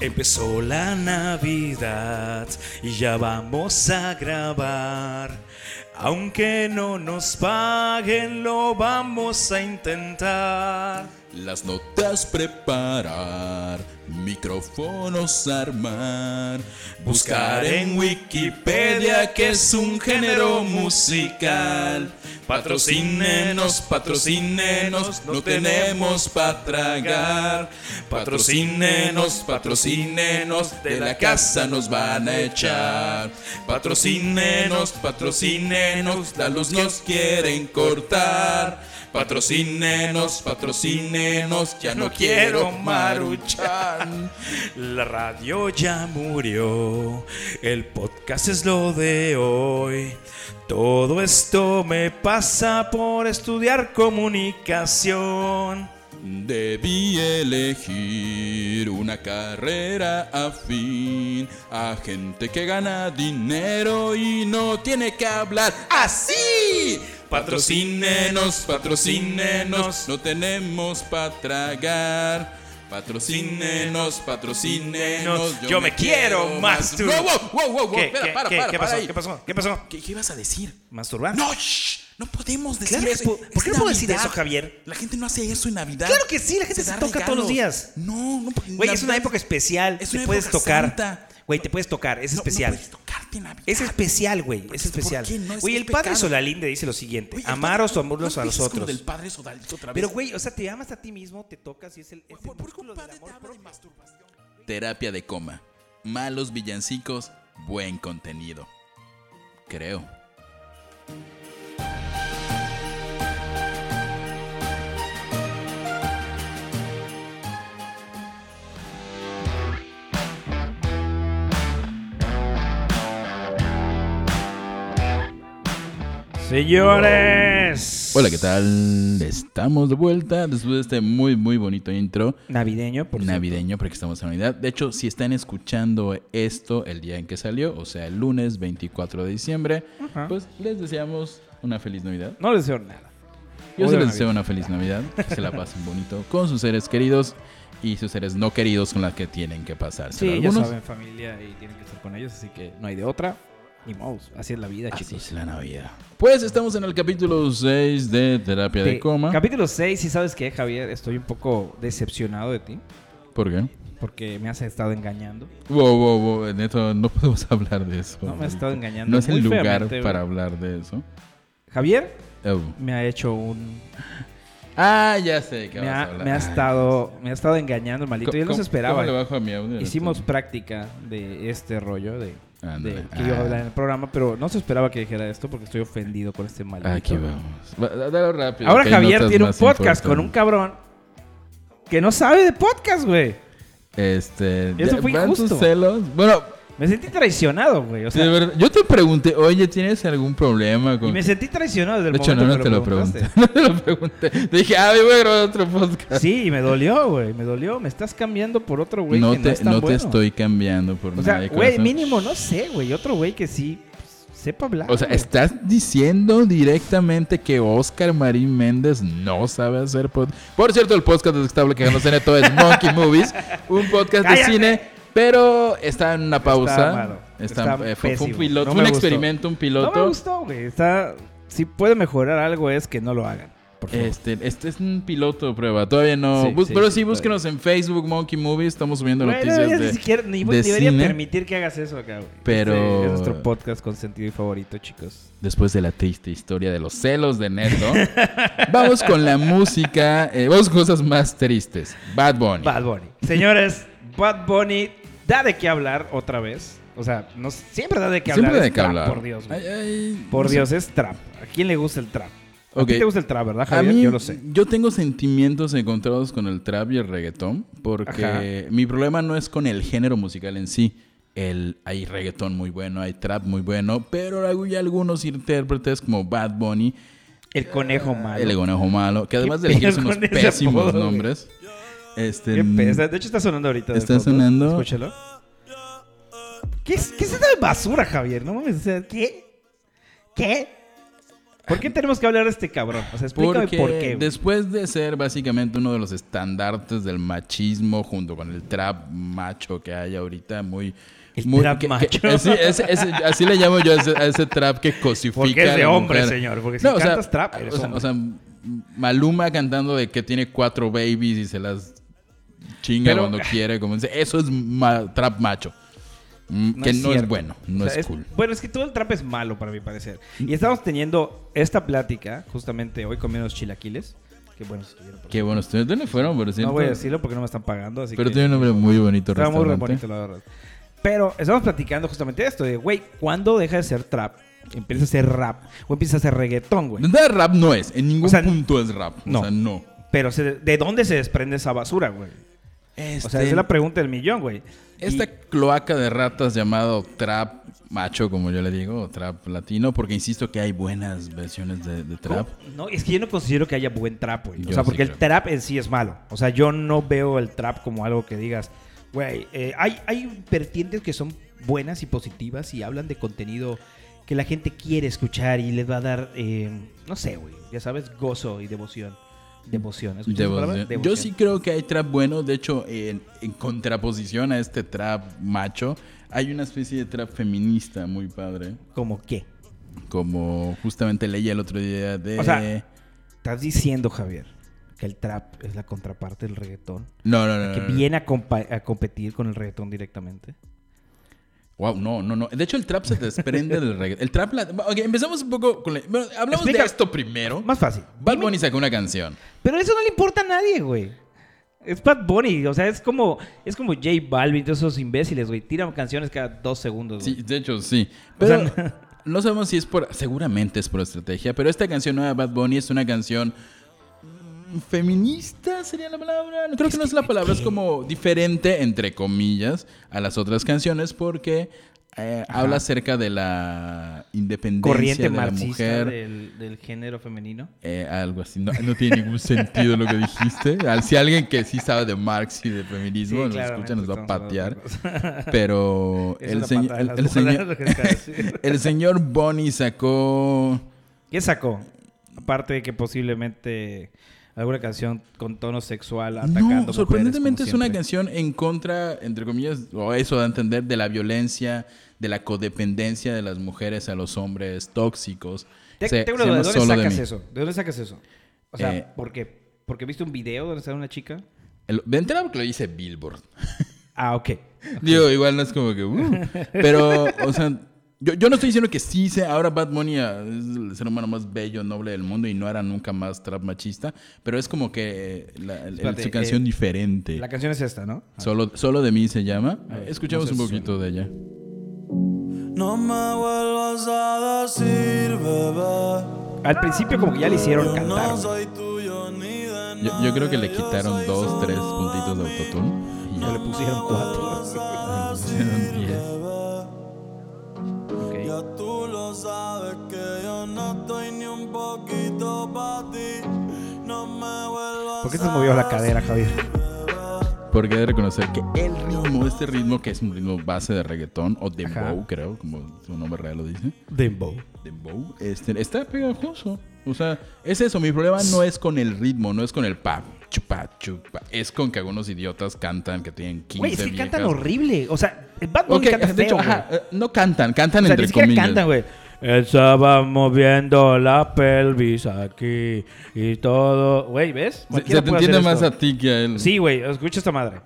Empezó la Navidad y ya vamos a grabar. Aunque no nos paguen, lo vamos a intentar. Las notas preparar, micrófonos armar, Buscar en Wikipedia que es un género musical. Patrocínenos, patrocínenos, no tenemos para tragar. Patrocínenos, patrocínenos, de la casa nos van a echar. Patrocínenos, patrocínenos, la luz nos quieren cortar. Patrocínenos, patrocínenos, ya no quiero maruchan. La radio ya murió, el podcast es lo de hoy. Todo esto me pasa por estudiar comunicación. Debí elegir una carrera afín a gente que gana dinero y no tiene que hablar así. Patrocínenos, patrocínenos, no tenemos para tragar. Patrocínenos, patrocínenos, Yo me quiero mastur- No, wow, wow, wow, wow, ¿Qué, espera, qué, para, qué, para, qué para pasó? ahí. ¿Qué pasó? ¿Qué pasó? ¿Qué, qué ibas a decir? ¿Masturbar? No, shh, no podemos decir Claro que eso. po- ¿Por qué Es no puedo decir Navidad. eso, Javier? La gente no hace eso en Navidad. Claro que sí, la gente se da toca todos los días. No, no. Güey, es una época especial. Es te una puedes época tocar. santa. Güey, te puedes tocar, es especial. Eh, No, puedes tocarte en Navidad. Es especial, güey, es especial. qué no? Es Güey, un el padre pecado. Solalinde dice lo siguiente: Güey, el amaros padre- o amorlos no a empieces con lo nosotros. del padre Sodalito otra vez. Pero, güey, o sea, te amas a ti mismo, te tocas y es el. es el ¿Por- ¿por qué músculo un del padre te amor habla de propio. masturbación? Terapia de coma. Malos villancicos, buen contenido. Creo. Señores. Hola, ¿qué tal? Estamos de vuelta después de este muy, muy bonito intro. Navideño, por cierto. navideño porque estamos en Navidad. De hecho, si están escuchando esto el día en que salió, o sea, el lunes 24 de diciembre, Ajá. pues les deseamos una feliz Navidad. No les deseo nada. Odio Yo se les Navidad. deseo una feliz Navidad, que se la pasen bonito con sus seres queridos y sus seres no queridos con las que tienen que pasar. Sí, ya saben, familia y tienen que estar con ellos, así que no hay de otra. Ni mouse. Así es la vida, Así chicos. es la Navidad. Pues estamos en el capítulo 6 de Terapia de Te- Coma. Capítulo 6, y sabes qué, Javier, estoy un poco decepcionado de ti ¿Por qué? porque me has estado engañando. Wow, wow, wow, neto, no podemos hablar de eso. No me has estado engañando. No es el muy lugar feamente, güey. para hablar de eso. Javier Oh. me ha hecho un. Ah, ya sé que Me vas a ha, hablar. me ha Ay, estado, me ha estado engañando, el maldito. ¿Cómo- Yo no se cómo- cómo esperaba. eh. le bajo a mi audio? Hicimos práctica de este rollo de, de Ándale. que yo Ah. hablar en el programa, pero no se esperaba que dijera esto porque estoy ofendido con este maldito. Aquí vamos. Va- da- Dalo rápido. Ahora que hay Javier notas tiene un más podcast con un importantes. cabrón que no sabe de podcast, güey. Este. Eso ya, fue van tus injusto. celos? Bueno, Me sentí traicionado, güey. O sea, de verdad, yo te pregunté, oye, ¿tienes algún problema con.? y me sentí traicionado desde el de hecho, no, momento no que te lo preguntaste. pregunté. No te lo pregunté. Te dije, ah, voy a grabar otro podcast. Sí, y me dolió, güey. Me dolió. Me estás cambiando por otro güey no que te, no es tan no bueno. te estoy cambiando por O nada. sea, de güey, corazón. mínimo, no sé, güey. Otro güey que sí pues, sepa hablar. O sea, este- güey. estás diciendo directamente que Oscar Marín Méndez no sabe hacer podcast. Por cierto, el podcast de estable que nos tiene todo es Monkey Movies, un podcast ¡Cállate! de cine, pero está en una Está pausa. malo. Está- Está eh, fue, fue un pésimo. piloto, No fue me un gustó. experimento, un No piloto. me gustó, güey. Está... Si puede mejorar algo es que no lo hagan. Por favor. este, este es un piloto de prueba, todavía no. Sí, Bus- sí, pero sí, sí, búsquenos en Facebook, Monkey Movies, estamos subiendo Güey, no noticias deberías de. ni siquiera ni, de ni debería cine. permitir que hagas eso acá, güey. Pero- Este es nuestro podcast consentido y favorito, chicos. Después de la triste historia de los celos de Neto, vamos con la música, eh, vamos con cosas más tristes. Bad Bunny. Bad Bunny. Señores, Bad Bunny da de qué hablar otra vez. O sea, no, siempre da de qué hablar. Siempre de Es qué trap, hablar. Por Dios, güey. Ay, ay, Por no sé. Dios, es trap. ¿A quién le gusta el trap? ¿A Ok. ti te gusta el trap, verdad, A Ah, Javier? mí, Yo lo sé. yo tengo sentimientos encontrados con el trap y el reggaetón, porque Ajá. mi problema no es con el género musical en sí. El, hay reggaetón muy bueno, hay trap muy bueno, pero hay algunos intérpretes como Bad Bunny, El conejo malo. Eh, El Conejo Malo, que además de pedo elegir unos con ese pésimos apodo, güey? nombres. Este, Qué pesa. De hecho, está sonando ahorita. de Está fondo. sonando. Escúchalo. ¿Qué es, qué es esta basura, Javier? No mames. o sea, ¿Qué? ¿Qué? ¿Por qué tenemos que hablar de este cabrón? O sea, explícame Porque por qué. güey. después de ser básicamente uno de los estandartes del machismo junto con el trap macho que hay ahorita, muy... El muy- trap que- que- macho. así, ese- ese- así le llamo yo a ese, a ese trap que cosifica Porque es a de la hombre, mujer. señor. Porque si No, o sea, cantas trap, eres o sea, hombre. o sea, Maluma cantando de que tiene cuatro babies y se las chinga Pero- cuando quiere. Como dice, eso es ma- trap macho. Mm, No que es no cierto. es bueno, no O sea, es cool. Mm. Bueno, es que todo el trap es malo para mi parecer. Y estamos teniendo esta plática justamente hoy comiendo los chilaquiles. Qué buenos estuvieron. por Qué bueno, ustedes dónde fueron, por cierto. cierto. No voy a decirlo porque no me están pagando, así Pero que tiene un nombre muy bonito. estaba muy restaurante. bonito la verdad. Pero estamos platicando justamente de esto de, güey, ¿cuándo deja de ser trap? Empieza a ser rap o empieza a ser reggaetón, güey. Nada de rap no es, en ningún O sea, punto es rap. no. O sea, no. Pero se- ¿de dónde se desprende esa basura, güey? O sea, Este, esa es la pregunta del millón, güey. Y- Esta cloaca de ratas llamado trap macho, como yo le digo, o trap latino, porque insisto que hay buenas versiones de, de trap. No, es que yo no considero que haya buen trap, güey. O Yo sea, sí porque el creo. trap en sí es malo. O sea, yo no veo el trap como algo que digas, güey, eh, hay, hay vertientes que son buenas y positivas y hablan de contenido que la gente quiere escuchar y les va a dar, eh, no sé, güey, ya sabes, gozo y devoción. Devoción. ¿escuchas esa palabra? Devoción. Yo Devoción. sí creo que hay trap bueno. De hecho, en, en contraposición a este trap macho, hay una especie de trap feminista muy padre. ¿Como qué? Como justamente leía el otro día de. O sea, Estás diciendo, Javier, que el trap es la contraparte del reggaetón. no, no, no. Que no, no. viene a, compa- a competir con el reggaetón directamente. Wow, no, no, no. De hecho, el trap se desprende del reggaetón. El trap. lat- Ok, empezamos un poco con. la- Bueno, hablamos Explica- de esto primero. Más fácil. Bad Bunny sacó una canción. Pero eso no le importa a nadie, güey. Es Bad Bunny, o sea, es como, es como J Balvin, todos esos imbéciles, güey. Tiran canciones cada dos segundos, Sí, güey. de hecho, sí. O sea, Pero no sabemos si es por. Seguramente es por estrategia, pero esta canción nueva de Bad Bunny es una canción. mm, Feminista sería la palabra. No, Creo que no es la palabra, es como diferente, entre comillas, a las otras canciones porque eh, habla acerca de la independencia Corriente de la marxista mujer. del, del género femenino. Eh, algo así. No, no tiene ningún sentido lo que dijiste. Al- Si alguien que sí sabe de Marx y de Sí, feminismo nos claramente, escucha, nos va a estamos patear. hablando de otra cosa. Pero Es el, una señor- patada en el, las el bolas, señor, lo que acaba de decir. el señor Bonnie sacó. ¿Qué sacó? Aparte de que posiblemente alguna canción con tono sexual atacando No, mujeres, sorprendentemente como es una siempre. canción en contra, entre comillas, o eso da a entender, de la violencia, de la codependencia de las mujeres a los hombres tóxicos. Te- Se- tengo se una duda, llama ¿de Solo dónde de sacas mí. eso? ¿De dónde sacas eso? O sea, Eh, ¿por qué? ¿Porque viste un video donde sale una chica? El- De entrada porque lo dice Billboard. Ah, ok. Digo, igual no es como que. uh, pero, o sea, yo, yo no estoy diciendo que sí sea. Ahora Bad Bunny ah, es el ser humano más bello, noble del mundo y no hará nunca más trap machista. Pero es como que eh, la- el- Espérate, su canción eh, diferente. La canción es esta, ¿no? Solo, solo de mí se llama. ver, Escuchemos no sé un si poquito de ella. No me vuelvas a decir, bebé. Al principio como que ya le hicieron Yo cantar. no güey. soy tuyo ni de nadie. Yo, yo creo que le quitaron soy dos, tres solo puntitos de autotune. Y No ya le pusieron cuatro. le pusieron diez. Ok. Ya tú lo sabes que yo no estoy ni un poquito para ti. No me vuelvas ¿Por qué te has movido la cadera, Javier? Porque he de reconocer que el ritmo, este ritmo que es un ritmo base de reggaetón o dembow, Ajá. creo, como su nombre real lo dice. Dembow. Dembow, este, está pegajoso. O sea, es eso. Mi problema no es con el ritmo, no es con el pa, chupa, chupa. Es con que algunos idiotas cantan que tienen 15 Güey, es que viejas. cantan horrible. O sea, el Bad Bunny Ok, canta de hecho, feo, ajá, güey. eh, no cantan, cantan O sea, ni entre siquiera comillas. cantan, güey. Estaba moviendo la pelvis aquí y todo. Güey, ¿ves? Se, Cualquiera se te puede hacer entiende más esto. a ti que a él. Sí, güey, escucha esta madre.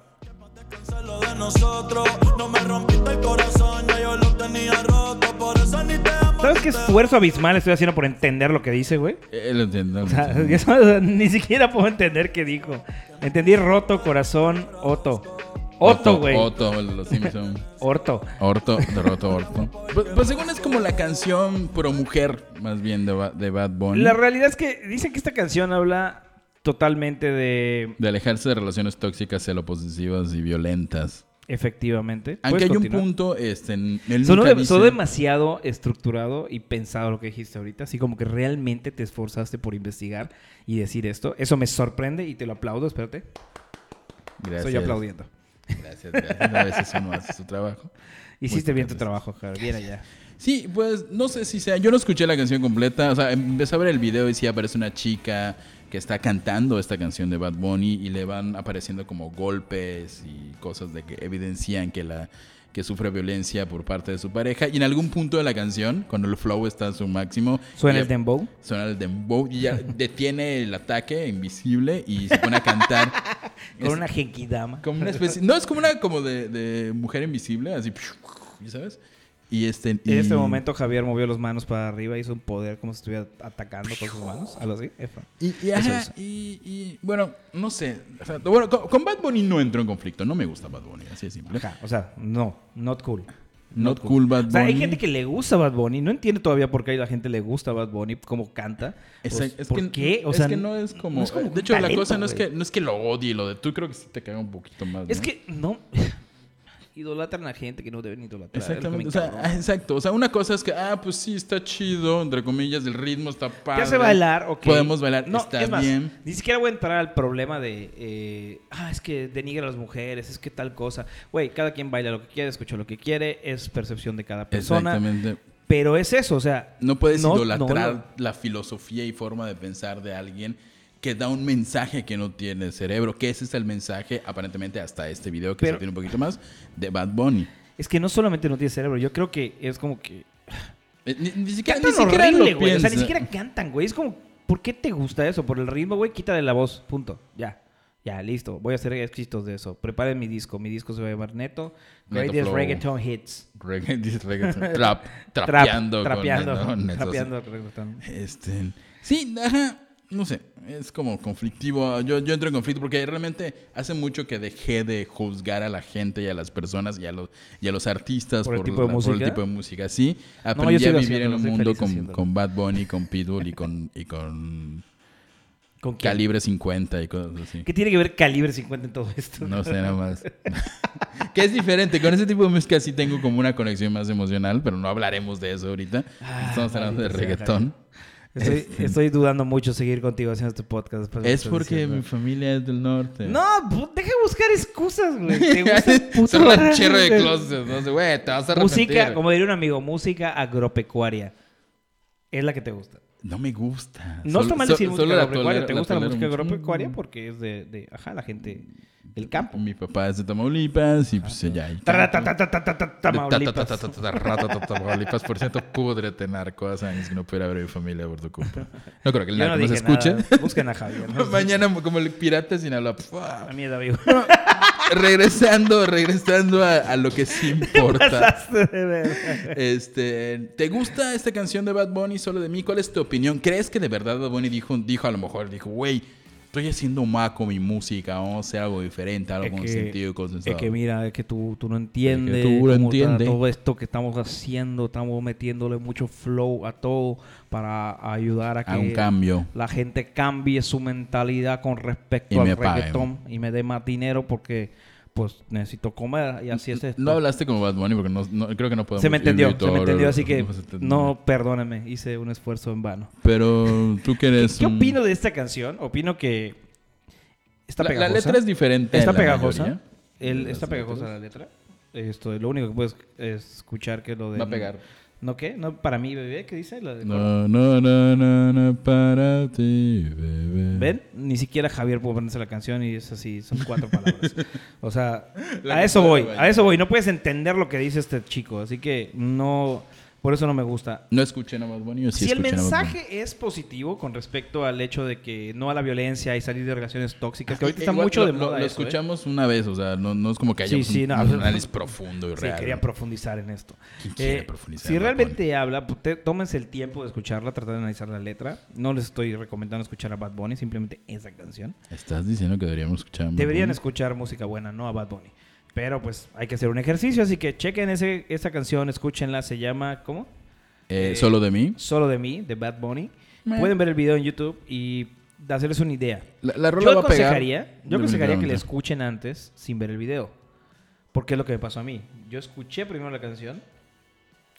Lo de nosotros, no me rompiste el corazón, ya yo lo tenía roto, por eso ni te amo. ¿Sabes qué esfuerzo abismal estoy haciendo por entender lo que dice, güey? Eh, lo entiendo. O sea, ya sabes, ni siquiera puedo entender qué dijo. Entendí roto, corazón, Otto. Otto, güey. Otto, el de los Simpsons. Orto. Orto, de roto, orto. Pues, pues según es como la canción pro mujer, más bien, de, Ba- de Bad Bunny. La realidad es que dicen que esta canción habla totalmente de De alejarse de relaciones tóxicas, celoposesivas y violentas. efectivamente. Aunque hay Puedes continuar. un punto, este, en- él Sonó, nunca de- dice- sonó demasiado estructurado y pensado lo que dijiste ahorita, así como que realmente te esforzaste por investigar y decir esto. Eso me sorprende y te lo aplaudo, espérate. Gracias. Estoy aplaudiendo. Gracias, gracias. A veces uno hace su trabajo. Hiciste bien tu gracias. trabajo, Javier. Bien allá. Sí, pues no sé si sea. Yo no escuché la canción completa. O sea, empecé a ver el video y sí aparece una chica que está cantando esta canción de Bad Bunny y le van apareciendo como golpes y cosas de que evidencian que la que sufre violencia por parte de su pareja y en algún punto de la canción cuando el flow está a su máximo Suena le- el dembow. suena el dembow y ya detiene el ataque invisible y se pone a cantar Con una genkidama. como una especie. No, es como una como de, de mujer invisible, así. ¿Ya sabes? Y este. y- En este momento Javier movió las manos para arriba, hizo un poder como si estuviera atacando con sus manos. Algo así. Efa. Y, y, ajá, Eso y- y, bueno, no sé. o sea, bueno, con, con Bad Bunny no entro en conflicto. No me gusta Bad Bunny, así de simple. Ajá, o sea, no, not cool. Not cool Bad O sea, hay Bunny. gente que le gusta Bad Bunny. No entiendo todavía por qué a la gente le gusta Bad Bunny, cómo canta. Es, Pues, es ¿Por que, qué? O es sea, que no es como. eh, no es como de hecho, la talento, cosa no es, güey. que, no es que lo odie lo de tú, creo que sí te caga un poquito más. Es ¿no? que no. Idolatran a gente que no deben idolatrar. es lo que me Exactamente. O sea, encabrona. ah, exacto. O sea, una cosa es que, ah, pues sí, está chido, entre comillas, el ritmo está padre. Ya se bailar, ok. Podemos bailar, está es más, bien. Ni siquiera voy a entrar al problema de. eh, ah, es que denigra a las mujeres, es que tal cosa. Güey, cada quien baila lo que quiere, escucha lo que quiere, es percepción de cada persona. Exactamente. Pero es eso, o sea. No puedes no idolatrar lo- la filosofía y forma de pensar de alguien que da un mensaje que no tiene cerebro, que ese es el mensaje, aparentemente, hasta este video que Pero- se tiene un poquito más, de Bad Bunny. Es que no solamente no tiene cerebro, yo creo que es como que. Eh, Ni, ni siquiera, ni Cantan siquiera horrible, lo güey. O sea, ni piensa. siquiera cantan, güey. Es como, ¿por qué te gusta eso? Por el ritmo, güey, quítale la voz. Punto. Ya. Ya, listo. Voy a hacer éxitos de eso. Preparen mi disco. Mi disco se va a llamar Neto. Neto Greatest Flow. Reggaeton Hits. Reggae- dice reggaeton. Trap- Trap, trapeando. con- trapeando. no, no, eso sí. trapeando reggaetón. Este, sí, ajá, no sé, es como conflictivo. Yo, yo entro en conflicto porque realmente hace mucho que dejé de juzgar a la gente y a las personas y a los, y a los artistas ¿Por el tipo de el música? tipo de música. Sí, yo aprendí a sigo vivir en haciéndolo, un soy mundo feliz con, haciéndolo. con Bad Bunny, con Pitbull y con, y con ¿Con quién? Calibre 50 y cosas así. ¿Qué tiene que ver Calibre 50 en todo esto? No sé, nada más. que es diferente. Con ese tipo de música sí tengo como una conexión más emocional, pero no hablaremos de eso ahorita. Ah, Estamos hablando de maldito sea, reggaetón. Estoy, estoy dudando mucho seguir contigo haciendo este podcast. después de lo que Es estás porque mi diciendo. familia es del norte. No, pu- deja de buscar excusas, güey. Te gusta el puto Son ranchero de reggaetón. closets, no sé, güey, te vas a arrepentir. Música, como diría un amigo, música agropecuaria. Es la que te gusta. No me gusta. No está mal decir música agropecuaria. tolero- ¿Te gusta la, tolero música mucho. agropecuaria? Porque es de, de, ajá, la gente del campo. Mi papá es de Tamaulipas y pues ya. hay- Tarra, Mm. ta, ta, ta, ta, ta, ta, Ta, ta, Tamaulipas. ta, ta, ta, ra, ta, ta, Tamaulipas, por cierto, púdrete, narco. Hace años que no pudiera ver a mi familia por tu culpa. No creo que el Yo no narco nos dije escuche. nada. Busquen a Javier. ¿no? Mañana, como el pirata sin hablar. pua. A mí David. Regresando, regresando a, a lo que sí importa. Pasaste de ver. Este, ¿te gusta esta canción de Bad Bunny solo de mí? ¿Cuál es tu opinión? ¿Crees que de verdad Bad Bunny dijo, dijo a lo mejor, dijo, güey, estoy haciendo más con mi música, vamos a hacer algo diferente, algo Es con que- sentido, Es consensuado? que mira, es que tú, tú no entiendes tú no cómo está entiendes. todo esto que estamos haciendo. Estamos metiéndole mucho flow a todo para ayudar a que a un cambio. la gente cambie su mentalidad con respecto Y al me paguen. reggaetón y me dé más dinero porque pues necesito comer y así este es esto. No hablaste como Bad Bunny porque no, no- creo que no podemos. se me entendió, se me imitar, entendió, así que se entendió. no, perdóneme, hice un esfuerzo en vano. Pero tú que eres. ¿Qué un- opino de esta canción? Opino que está La, la pegajosa. letra es diferente. a Está la pegajosa. mayoría. El- Las está pegajosa la letra. Esto, lo único que puedes escuchar que es lo de. Va a pegar. ¿No qué? No, para mí, bebé, ¿qué dice? La de- No, no, no, no, no, para ti, bebé. ¿Ven? Ni siquiera Javier pudo aprenderse la canción y es así, son cuatro palabras. O sea, La a eso canción, voy, güey. a eso voy. No puedes entender lo que dice este chico, así que no, por eso no me gusta. No escuché nada más Bunny. o sí si el escuché a Bad Bunny? mensaje es positivo con respecto al hecho de que no a la violencia y salir de relaciones tóxicas, que ahorita está Igual mucho lo, de lo- moda. Lo, eso, ¿eh? escuchamos una vez, o sea, no, no es como que haya Sí, sí, un, no. un análisis profundo y Sí, real. quería profundizar en esto. Eh, ¿Quién quiere profundizar, Si Bad realmente habla, pues, te- tómense el tiempo de escucharla, tratar de analizar la letra. No les estoy recomendando escuchar a Bad Bunny, simplemente esa canción. Estás diciendo que deberíamos escuchar. a Bad Deberían Bunny? escuchar música buena, no a Bad Bunny. Pero pues hay que hacer un ejercicio, así que chequen ese, esa canción, escúchenla, se llama, ¿cómo? Eh, Solo de mí. Solo de mí, de Bad Bunny. Pueden ver el video en YouTube y hacerles una idea. La, la rola Yo va a pegar. aconsejaría, yo aconsejaría que definitivamente. la escuchen antes sin ver el video. Porque es lo que me pasó a mí. Yo escuché primero la canción,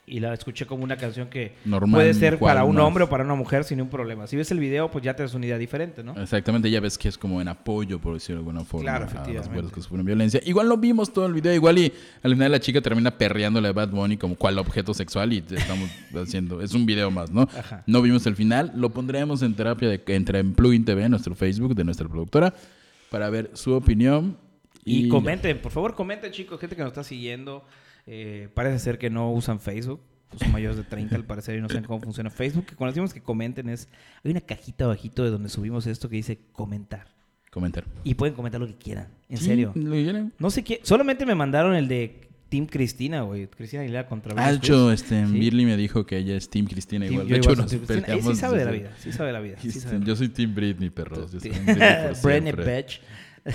y la escuché como una canción que Normal, puede ser cual para un más. hombre o para una mujer sin ningún problema. Si ves el video, pues ya te das una idea diferente, ¿no? Exactamente, ya ves que es como en apoyo, por decirlo de alguna forma, Claro, a las efectivamente. güeras que sufrieron violencia. Igual lo vimos todo el video, igual y al final la chica termina perreándole a Bad Bunny como cual objeto sexual y te estamos haciendo, es un video más, ¿no? Ajá. No vimos el final, lo pondremos en terapia, de, entra en Plugin TV, nuestro Facebook de nuestra productora, para ver su opinión. Y ya. comenten, por favor, comenten, chicos, gente que nos está siguiendo. Eh, parece ser que no usan Facebook. pues Son mayores de 30 al parecer y no saben cómo funciona Facebook. Que cuando decimos que comenten es... Hay una cajita abajito de donde subimos esto que dice comentar. Comentar. Y pueden comentar lo que quieran. En Sí, serio. lo que quieran. No sé qué. Solamente me mandaron el de Team Cristina, güey. Cristina Aguilera contra Britney Alcho, Spears. este, Sí. Birly me dijo que ella es Team Cristina Team- igual. yo de hecho, igual soy nos Team Cristina. Ahí peleamos. sí sabe de la desde- vida. Sí sabe de la vida. Sí sabe de la vida. Yo soy Team Britney, perros. yo soy Team Britney por Britney, siempre. bitch.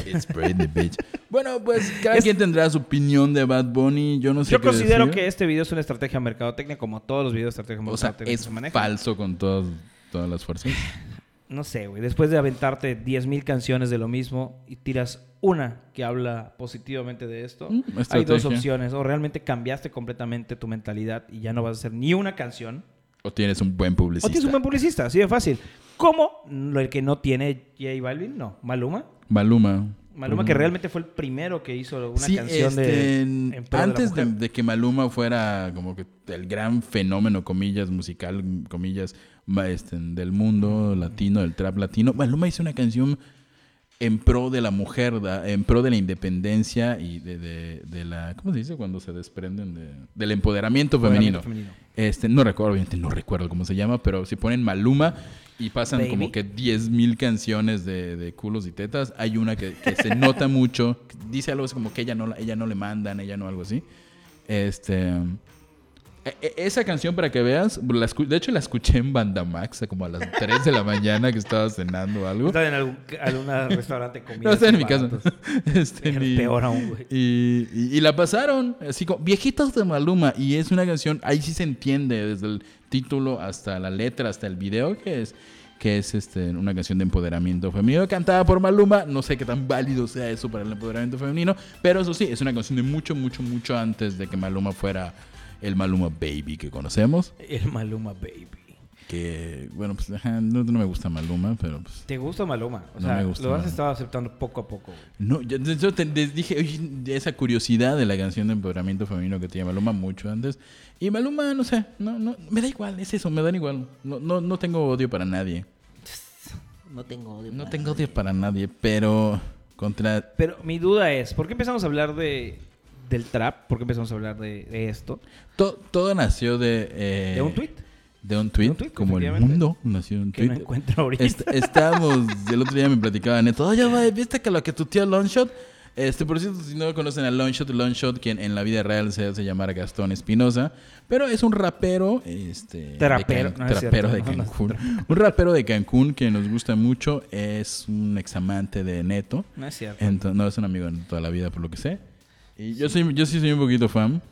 It's Britney, bitch. Bueno, pues cada quien tendrá su opinión de Bad Bunny. Yo no sé Yo qué considero decir. que este video es una estrategia de mercadotecnia, como todos los videos de estrategia de O sea, mercadotecnia que es se manejan. falso con todas, todas las fuerzas. No sé, güey. Después de aventarte 10.000 canciones de lo mismo y tiras una que habla positivamente de esto, Mm, hay dos estrategia. opciones. O realmente cambiaste completamente tu mentalidad y ya no vas a hacer ni una canción. O tienes un buen publicista. O tienes un buen publicista, así de fácil. ¿Cómo? Lo- El que no tiene J Balvin, no. Maluma. Maluma. Maluma, que realmente fue el primero que hizo una Mm. sí, canción este, de. en- en pro de la antes de, mujer. de que Maluma fuera como que el gran fenómeno, comillas, musical, comillas, ma- este, del mundo latino, del trap latino, Maluma hizo una canción en pro de la mujer, da- en pro de la independencia y de, de- de la, ¿cómo se dice? Cuando se desprenden de- del empoderamiento femenino. Empoderamiento femenino. Este, no recuerdo, obviamente no recuerdo cómo se llama, pero si ponen Maluma y pasan Baby. como que 10.000 canciones de, de culos y tetas, hay una que, que se nota mucho, que dice algo así como que ella no, la- ella no le mandan, ella no algo así. Este, e- e- esa canción para que veas, la escu- de hecho la escuché en Bandamax, como a las 3 de la mañana que estaba cenando o algo. Estaba en algún algún restaurante de comida. No, está en mi casa. baratos. Este, mi- Peor aún, güey. y, y- y la pasaron, así como Viejitos de Maluma. Y es una canción, ahí sí se entiende, desde el título hasta la letra, hasta el video, que es, que es este, una canción de empoderamiento femenino cantada por Maluma. No sé qué tan válido sea eso para el empoderamiento femenino, pero eso sí, es una canción de mucho, mucho, mucho antes de que Maluma fuera el Maluma Baby que conocemos. El Maluma Baby. Que, bueno, pues ajá, no, no me gusta Maluma, pero pues. ¿Te gusta Maluma? O No sea, me gusta lo has Maluma. estado aceptando poco a poco. güey. No, yo, yo- yo te- les dije, oye, de esa curiosidad de la canción de empoderamiento femenino que tiene Maluma mucho antes. Y Maluma, no sé, no, no, me da igual, es eso, me da igual. No, no, no tengo odio para nadie. No tengo odio. No tengo odio para nadie, pero contra... Pero mi duda es, ¿por qué empezamos a hablar de del trap? ¿Por qué empezamos a hablar de, de esto? to- todo nació de... eh, ¿De un tweet? De un tweet, un tweet, como el efectivamente. mundo nació de un Que tweet. este, no encuentro ahorita. Est- estábamos, el otro día me platicaban esto. Oye, güey, ¿viste que lo que tu tío Longshot? Este, por cierto, si no conocen a Longshot, Longshot, quien en la vida real se hace llamar Gastón Espinosa, pero es un rapero, este... Trapero, de, Can- no, es trapero cierto, de no, no es Cancún. Un rapero de Cancún que nos gusta mucho, es un examante de Neto. No es cierto. Ento- no, es un amigo de toda la vida, por lo que sé. Y yo, soy, yo sí soy un poquito fan.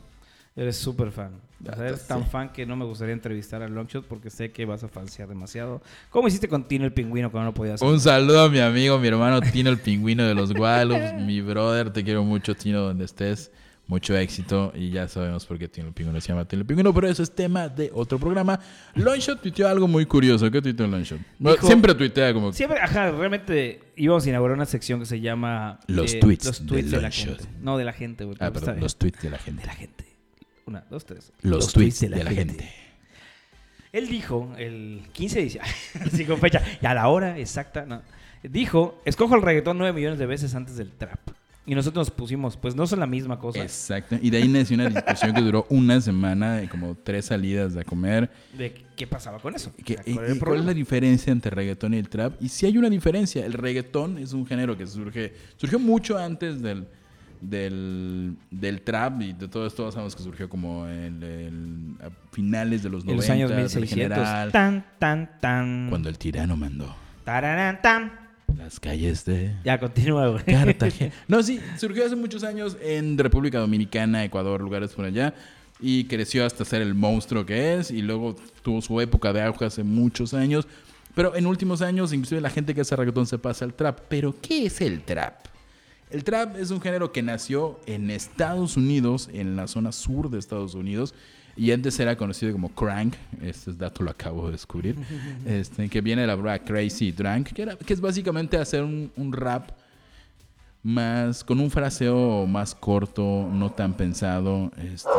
Eres súper fan. O sea, Ah, eres sí. tan fan que no me gustaría entrevistar a Longshot porque sé que vas a falsear demasiado. ¿Cómo hiciste con Tino el Pingüino cuando no podías? Un saludo a mi amigo, mi hermano Tino el pingüino de los Guadalupe, mi brother, te quiero mucho Tino donde estés, mucho éxito y ya sabemos por qué Tino el pingüino se llama Tino el pingüino, pero eso es tema de otro programa. Longshot tuiteó algo muy curioso, ¿qué tuiteó Longshot? Bueno, Dijo- siempre tuitea como Siempre, ajá, realmente íbamos a inaugurar una sección que se llama eh, Los tweets los de tweets de, la Longshot. gente. No, de la gente, güey. Ah, pero está perdón, bien. los tweets de la gente. De la gente. Una, dos, tres. Los, tweets de la, gente. Él dijo el 15 de diciembre, así con fecha, y a la hora exacta, no. Dijo, escojo el reggaetón 9 millones de veces antes del trap. Y nosotros nos pusimos, pues no son la misma cosa. Exacto. Y de ahí nació una discusión que duró una semana, de como tres salidas a comer. De qué pasaba con eso. ¿Qué- O sea, y- ¿cuál era y ¿Cuál el es problema? la diferencia entre reggaetón y el trap? Y sí hay una diferencia. El reggaetón es un género que surge, surgió mucho antes del, del, del trap y de todo esto sabemos que surgió como en el- a finales de los En los 90, años en 1600. general, Tan, tan, tan. cuando el tirano mandó Tararán, tan. las calles de Ya, continúa, güey. Cartagena. No, sí, surgió hace muchos años en República Dominicana, Ecuador, lugares por allá. Y creció hasta ser el monstruo que es. Y luego tuvo su época de auge hace muchos años. Pero en últimos años, inclusive la gente que hace reggaetón se pasa al trap. Pero, ¿qué es el trap? El trap es un género que nació en Estados Unidos, en la zona sur de Estados Unidos, Y antes era conocido como crank, este dato lo acabo de descubrir, este, que viene de la palabra crazy drunk, que, era- que es básicamente hacer un, un rap más con un fraseo más corto, no tan pensado, este,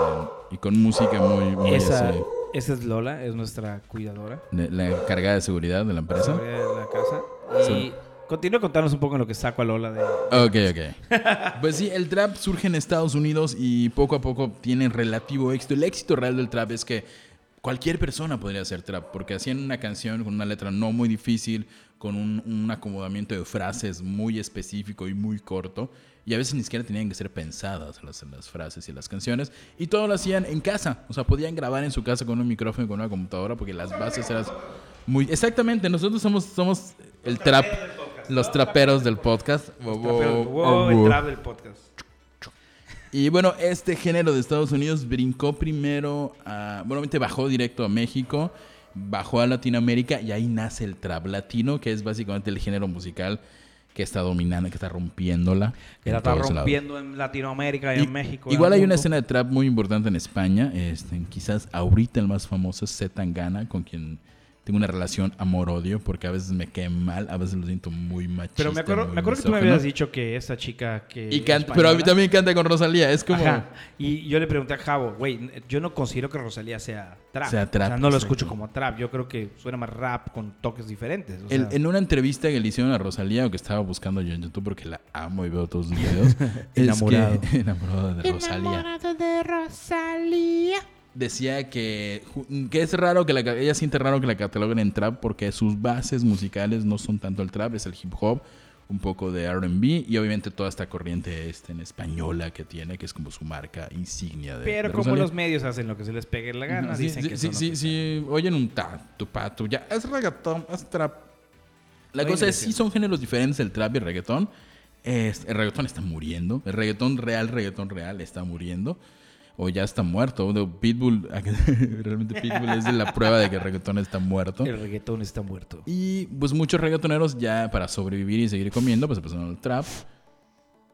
y con música muy, muy Esa, así, esa es Lola, es nuestra cuidadora de- la cargada de seguridad de la empresa. de la casa. Y continúa contándonos un poco en lo que saco a Lola de... Ok, ok. Pues sí, el trap surge en Estados Unidos y poco a poco tiene relativo éxito. El éxito real del trap es que cualquier persona podría hacer trap, porque hacían una canción con una letra no muy difícil, con un, un acomodamiento de frases muy específico y muy corto. Y a veces ni siquiera tenían que ser pensadas las, las frases y las canciones. Y todo lo hacían en casa. O sea, podían grabar en su casa con un micrófono y con una computadora porque las bases eran muy... Exactamente, nosotros somos, somos el trap... Los traperos del podcast. Oh, Pero, wow, el trap del podcast. Y bueno, este género de Estados Unidos brincó primero a. Bueno, obviamente bajó directo a México, bajó a Latinoamérica y ahí nace el trap latino, que es básicamente el género musical que está dominando, que está rompiéndola. Que en la está todos lados. rompiendo en Latinoamérica y, Y- en México. y Igual en el hay una mundo. escena de trap muy importante en España. este, quizás ahorita el más famoso es Zetangana, con quien tengo una relación amor-odio, porque a veces me cae mal, a veces lo siento muy machista. Pero me acuerdo, muy me acuerdo que tú me misógino. habías dicho que esa chica que... Y canta- española- pero a mí también canta con Rosalía, es como... Ajá. Y yo le pregunté a Javo, güey, yo no considero que Rosalía sea trap. Sea trap, O sea, no lo exacto. escucho como trap. Yo creo que suena más rap con toques diferentes. o El- sea. en una entrevista que le hicieron a Rosalía, o que estaba buscando yo en YouTube porque la amo y veo todos sus videos, es Enamorado. que- enamorado de Rosalía. de Rosalía. decía que, ju- que es raro que la, ca- ella siente raro que la cataloguen en trap porque sus bases musicales no son tanto el trap, es el hip hop, un poco de R&B y obviamente toda esta corriente este en española que tiene, que es como su marca insignia de Pero de como Rosalía. los medios hacen lo que se les pegue la gana, No, sí, dicen sí, que sí, son sí, los- sí, oyen un tatu, patu, ya, es reggaetón, es trap. La Oye, cosa es, Grecia. sí son géneros diferentes el trap y el reggaetón. Es- el reggaetón está muriendo, el reggaetón real, reggaetón real está muriendo. O ya está muerto. de- Pitbull, realmente Pitbull es de la prueba de que el reggaetón está muerto. El reggaetón está muerto. Y pues muchos reggaetoneros ya para sobrevivir y seguir comiendo, pues empezaron el trap.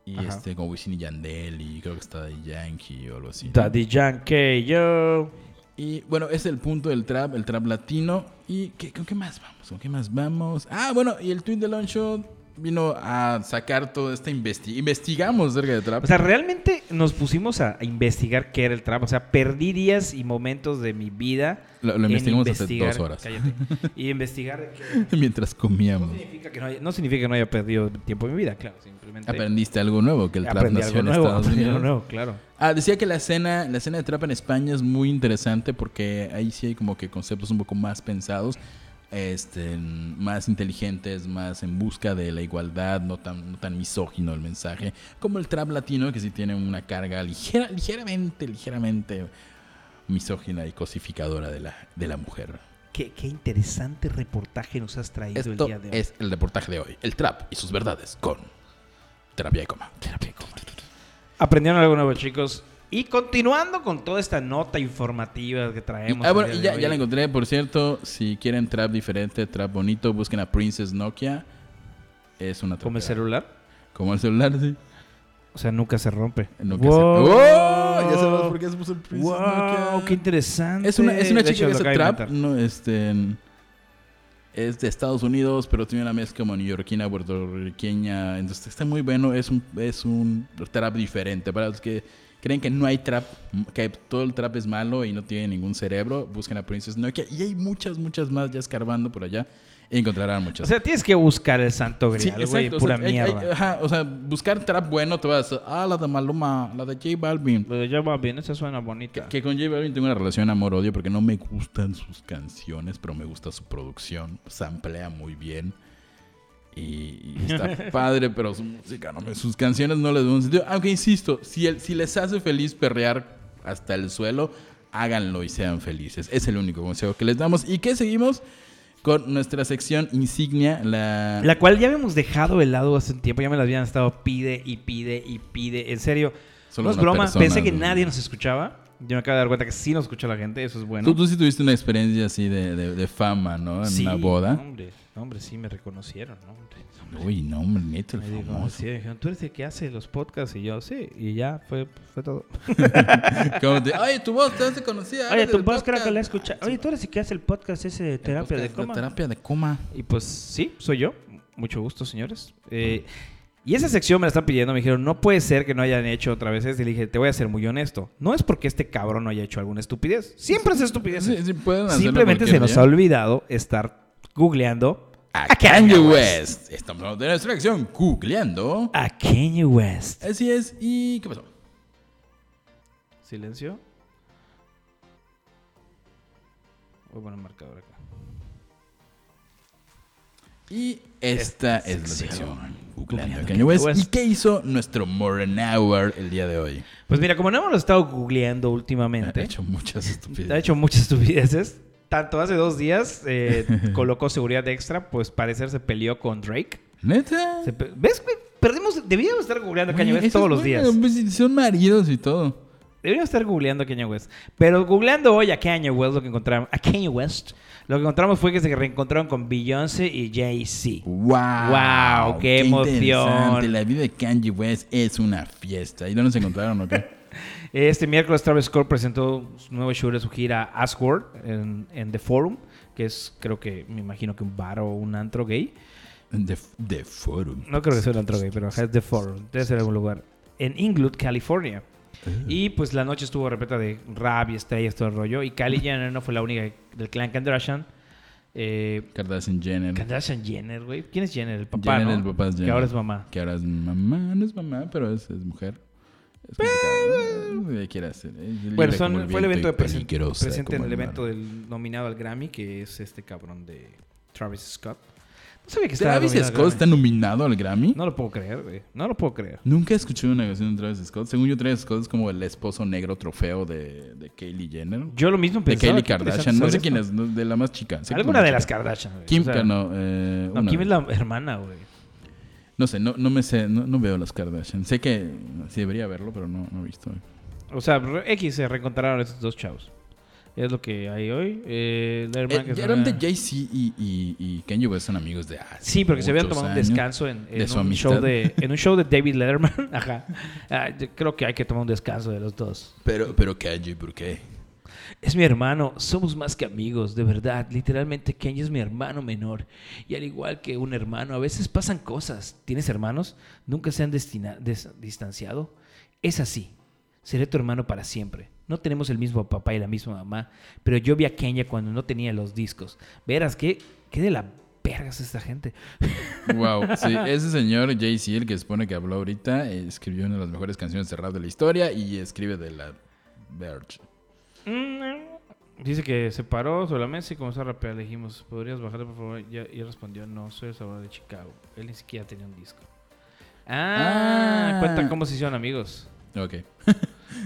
Y Ajá. este, como Wisin y Yandel, y creo que está Daddy Yankee o algo así. ¿no? Daddy Yankee, yo. Y bueno, ese es el punto del trap, el trap latino. ¿Y qué, con qué más vamos? ¿Con qué más vamos? Ah, bueno, y el tweet de Longshot vino a sacar toda esta investigación. Investigamos acerca de trap. O sea, realmente nos pusimos a a investigar qué era el trap. O sea, perdí días y momentos de mi vida. Lo- lo en investigamos hace investigar- dos horas. cállate. y investigar qué Mientras comíamos. significa que no, haya- no significa que no haya perdido tiempo de mi vida, claro. Simplemente Aprendiste algo nuevo, que el trap aprendí nació algo en nuevo. Estados Aprendí algo Unidos. nuevo, claro. Ah, decía que la escena, la escena de trap en España es muy interesante porque ahí sí hay como que conceptos un poco más pensados, este, más inteligentes, más en busca de la igualdad, no tan, no tan misógino el mensaje, como el trap latino que sí tiene una carga ligera, ligeramente, ligeramente misógina y cosificadora de la, de la mujer. Qué, qué interesante reportaje nos has traído el Esto día de hoy. es el reportaje de hoy, el trap y sus verdades con terapia de coma. Aprendieron algo nuevo, chicos. Y continuando con toda esta nota informativa que traemos. Ah, el bueno, día y de ya, hoy. ya la encontré, por cierto. Si quieren trap diferente, trap bonito, busquen a Princess Nokia. Es una Como el trapera. celular. Como el celular, sí. O sea, nunca se rompe. Nunca se- Wow. ¡Oh! Ya sabemos por qué se puso el Princess Wow, Nokia. qué interesante. Es una, es una chica De hecho, que hace lo acabo de trap. inventar. No, este, en- es de Estados Unidos, pero tiene una mezcla como neoyorquina, puertorriqueña. Entonces está muy bueno. Es un, es un trap diferente. Para los que creen que no hay trap, que todo el trap es malo y no tiene ningún cerebro, busquen a Princess Nokia. Y hay muchas, muchas más ya escarbando por allá. Y encontrarán muchas. O sea, tienes que buscar el santo Sí, grial, güey. exacto, o sea, pura hay- hay- mierda. ajá, o sea, buscar trap bueno te vas a ah, la de Maluma, la de J Balvin. Lo de Java bien, esa suena bonita. Que con J Balvin tengo una relación amor-odio porque no me gustan sus canciones, pero me gusta su producción. Samplea muy bien. Y, y está padre, pero su música no me- Sus canciones no les dan un sentido. Aunque insisto, si, el- si les hace feliz perrear hasta el suelo, háganlo y sean felices. Es el único consejo que les damos. ¿Y qué seguimos? Con nuestra sección insignia, la... La cual ya habíamos dejado de lado hace un tiempo. Ya me la habían estado pide y pide y pide. En serio, Solo no es una broma. persona, Pensé que güey. nadie nos escuchaba. Yo me acabo de dar cuenta que sí nos escucha la gente. Eso es bueno. Tú, tú sí tuviste una experiencia así de, de- de fama, ¿no? En Sí, una boda. hombre. No, hombre, sí me reconocieron, ¿no? Hombre, Uy, no, hombre, neto, el Me dijo, famoso. sí, me dijeron, tú eres el que hace los podcasts y yo, sí, y ya fue, fue todo. Como te- Oye, tu voz te conocía. Oye, tu voz creo que la he escuchado. Oye, tú eres el que hace Ah, el podcast ese de terapia de coma. Terapia de coma. Y pues sí, soy yo. Mucho gusto, señores. Eh, y esa sección me la están pidiendo. Me dijeron, no puede ser que no hayan hecho otra vez esto. Y le dije, te voy a ser muy honesto. No es porque este cabrón no haya hecho alguna estupidez. Siempre es estupidez. Sí, sí, pueden hacerlo Simplemente se cualquier nos día. ha olvidado estar googleando A Kanye West. Ah, pues. Estamos hablando de nuestra acción, googleando. a Kanye West. Así es. ¿Y qué pasó? Silencio. Voy a poner marcador acá. Y esta es la sección. Googleando a Kanye West. West. ¿Y qué hizo nuestro Morenauer el día de hoy? Pues mira, como no hemos estado googleando Ha últimamente, Ah, hecho muchas ha estupideces. hecho muchas estupideces. Tanto hace dos días eh, colocó seguridad extra, pues parecer se peleó con Drake. ¿Neta? Se pe- ¿Ves? güey? Perdimos, deberíamos estar googleando a Oye, Kanye West eso todos es los bueno, días. pues, son maridos y todo. Deberíamos estar googleando a Kanye West. Pero googleando hoy a Kanye West, lo que encontramos, a Kanye West, lo que encontramos fue que se reencontraron con Beyoncé y Jay-Z. ¡Wow! Guau, qué emoción. interesante. La vida de Kanye West es una fiesta. ¿Y dónde se encontraron o qué? Este miércoles Travis Scott presentó su nuevo show de su gira Asgore en, en The Forum, que es creo que me imagino que un bar o un antro gay. De, de Forum. No creo que sea un antro gay, pero ajá, es The Forum, debe ser algún lugar. En Inglewood, California. Ah. Y pues la noche estuvo repleta de rap y estrellas, todo el rollo. Y Kylie Jenner no fue la única del clan Kardashian. Eh, Kardashian Jenner. Kardashian Jenner, güey. ¿Quién es Jenner? El papá, Jenner, ¿no? el papá es Que Jenner. ahora es mamá. Que ahora es mamá, no es mamá, pero es, es mujer. Es complicado, ¿no? Ella quiere hacer. es libre Bueno, como son, fue el viento evento y de presen- peligrosa presente en como el evento mar. del nominado al Grammy, que es este cabrón de Travis Scott. No sabía que estaba ¿Travis nominado al Scott Grammy. está nominado al Grammy? No lo puedo creer, güey. No lo puedo creer. Nunca he escuchado una canción de Travis Scott. Según yo, Travis Scott es como el esposo negro trofeo de, de Kylie Jenner. Yo lo mismo de pensaba. Kylie qué interesante Kardashian. No sobre sé esto. quién es, no, de la más chica. Sí, como Alguna de chica. las Kardashian, güey. Kim, O sea, no. eh, No, una Kim de- es la hermana, güey. No sé, no, no me sé, no, no veo las Kardashian. Sé que sí debería verlo, pero no, no he visto. O sea, re- X se reencontraron estos dos chavos. Es lo que hay hoy. Eh, la hermana Eh, que es eran de una- Jay-Z y, y, y Kanye West son amigos de hace Sí, porque se habían muchos tomado un años. descanso en, en de su un amistad. show de, en un show de David Letterman. Ajá. Ah, yo creo que hay que tomar un descanso de los dos. Pero, pero Kanye, ¿por qué? Es mi hermano, somos más que amigos, de verdad. Literalmente, Kenji es mi hermano menor. Y al igual que un hermano, a veces pasan cosas. ¿Tienes hermanos? ¿Nunca se han destina- des- distanciado? Es así. Seré tu hermano para siempre. No tenemos el mismo papá y la misma mamá, pero yo vi a Kenya cuando no tenía los discos. Verás, ¿qué, qué de la verga es esta gente? Wow, sí, ese señor Jay-Z, el que se supone que habló ahorita, eh, escribió una de las mejores canciones de rap de la historia y escribe de la Verge. Mm, Dice que se paró sobre la mesa y comenzó a rapear. Le dijimos, ¿podrías bajarle, por favor? Y y respondió, no, soy el sabor de Chicago. Él ni siquiera tenía un disco. Ah, Ah. cuenta cómo se hicieron amigos. Ok.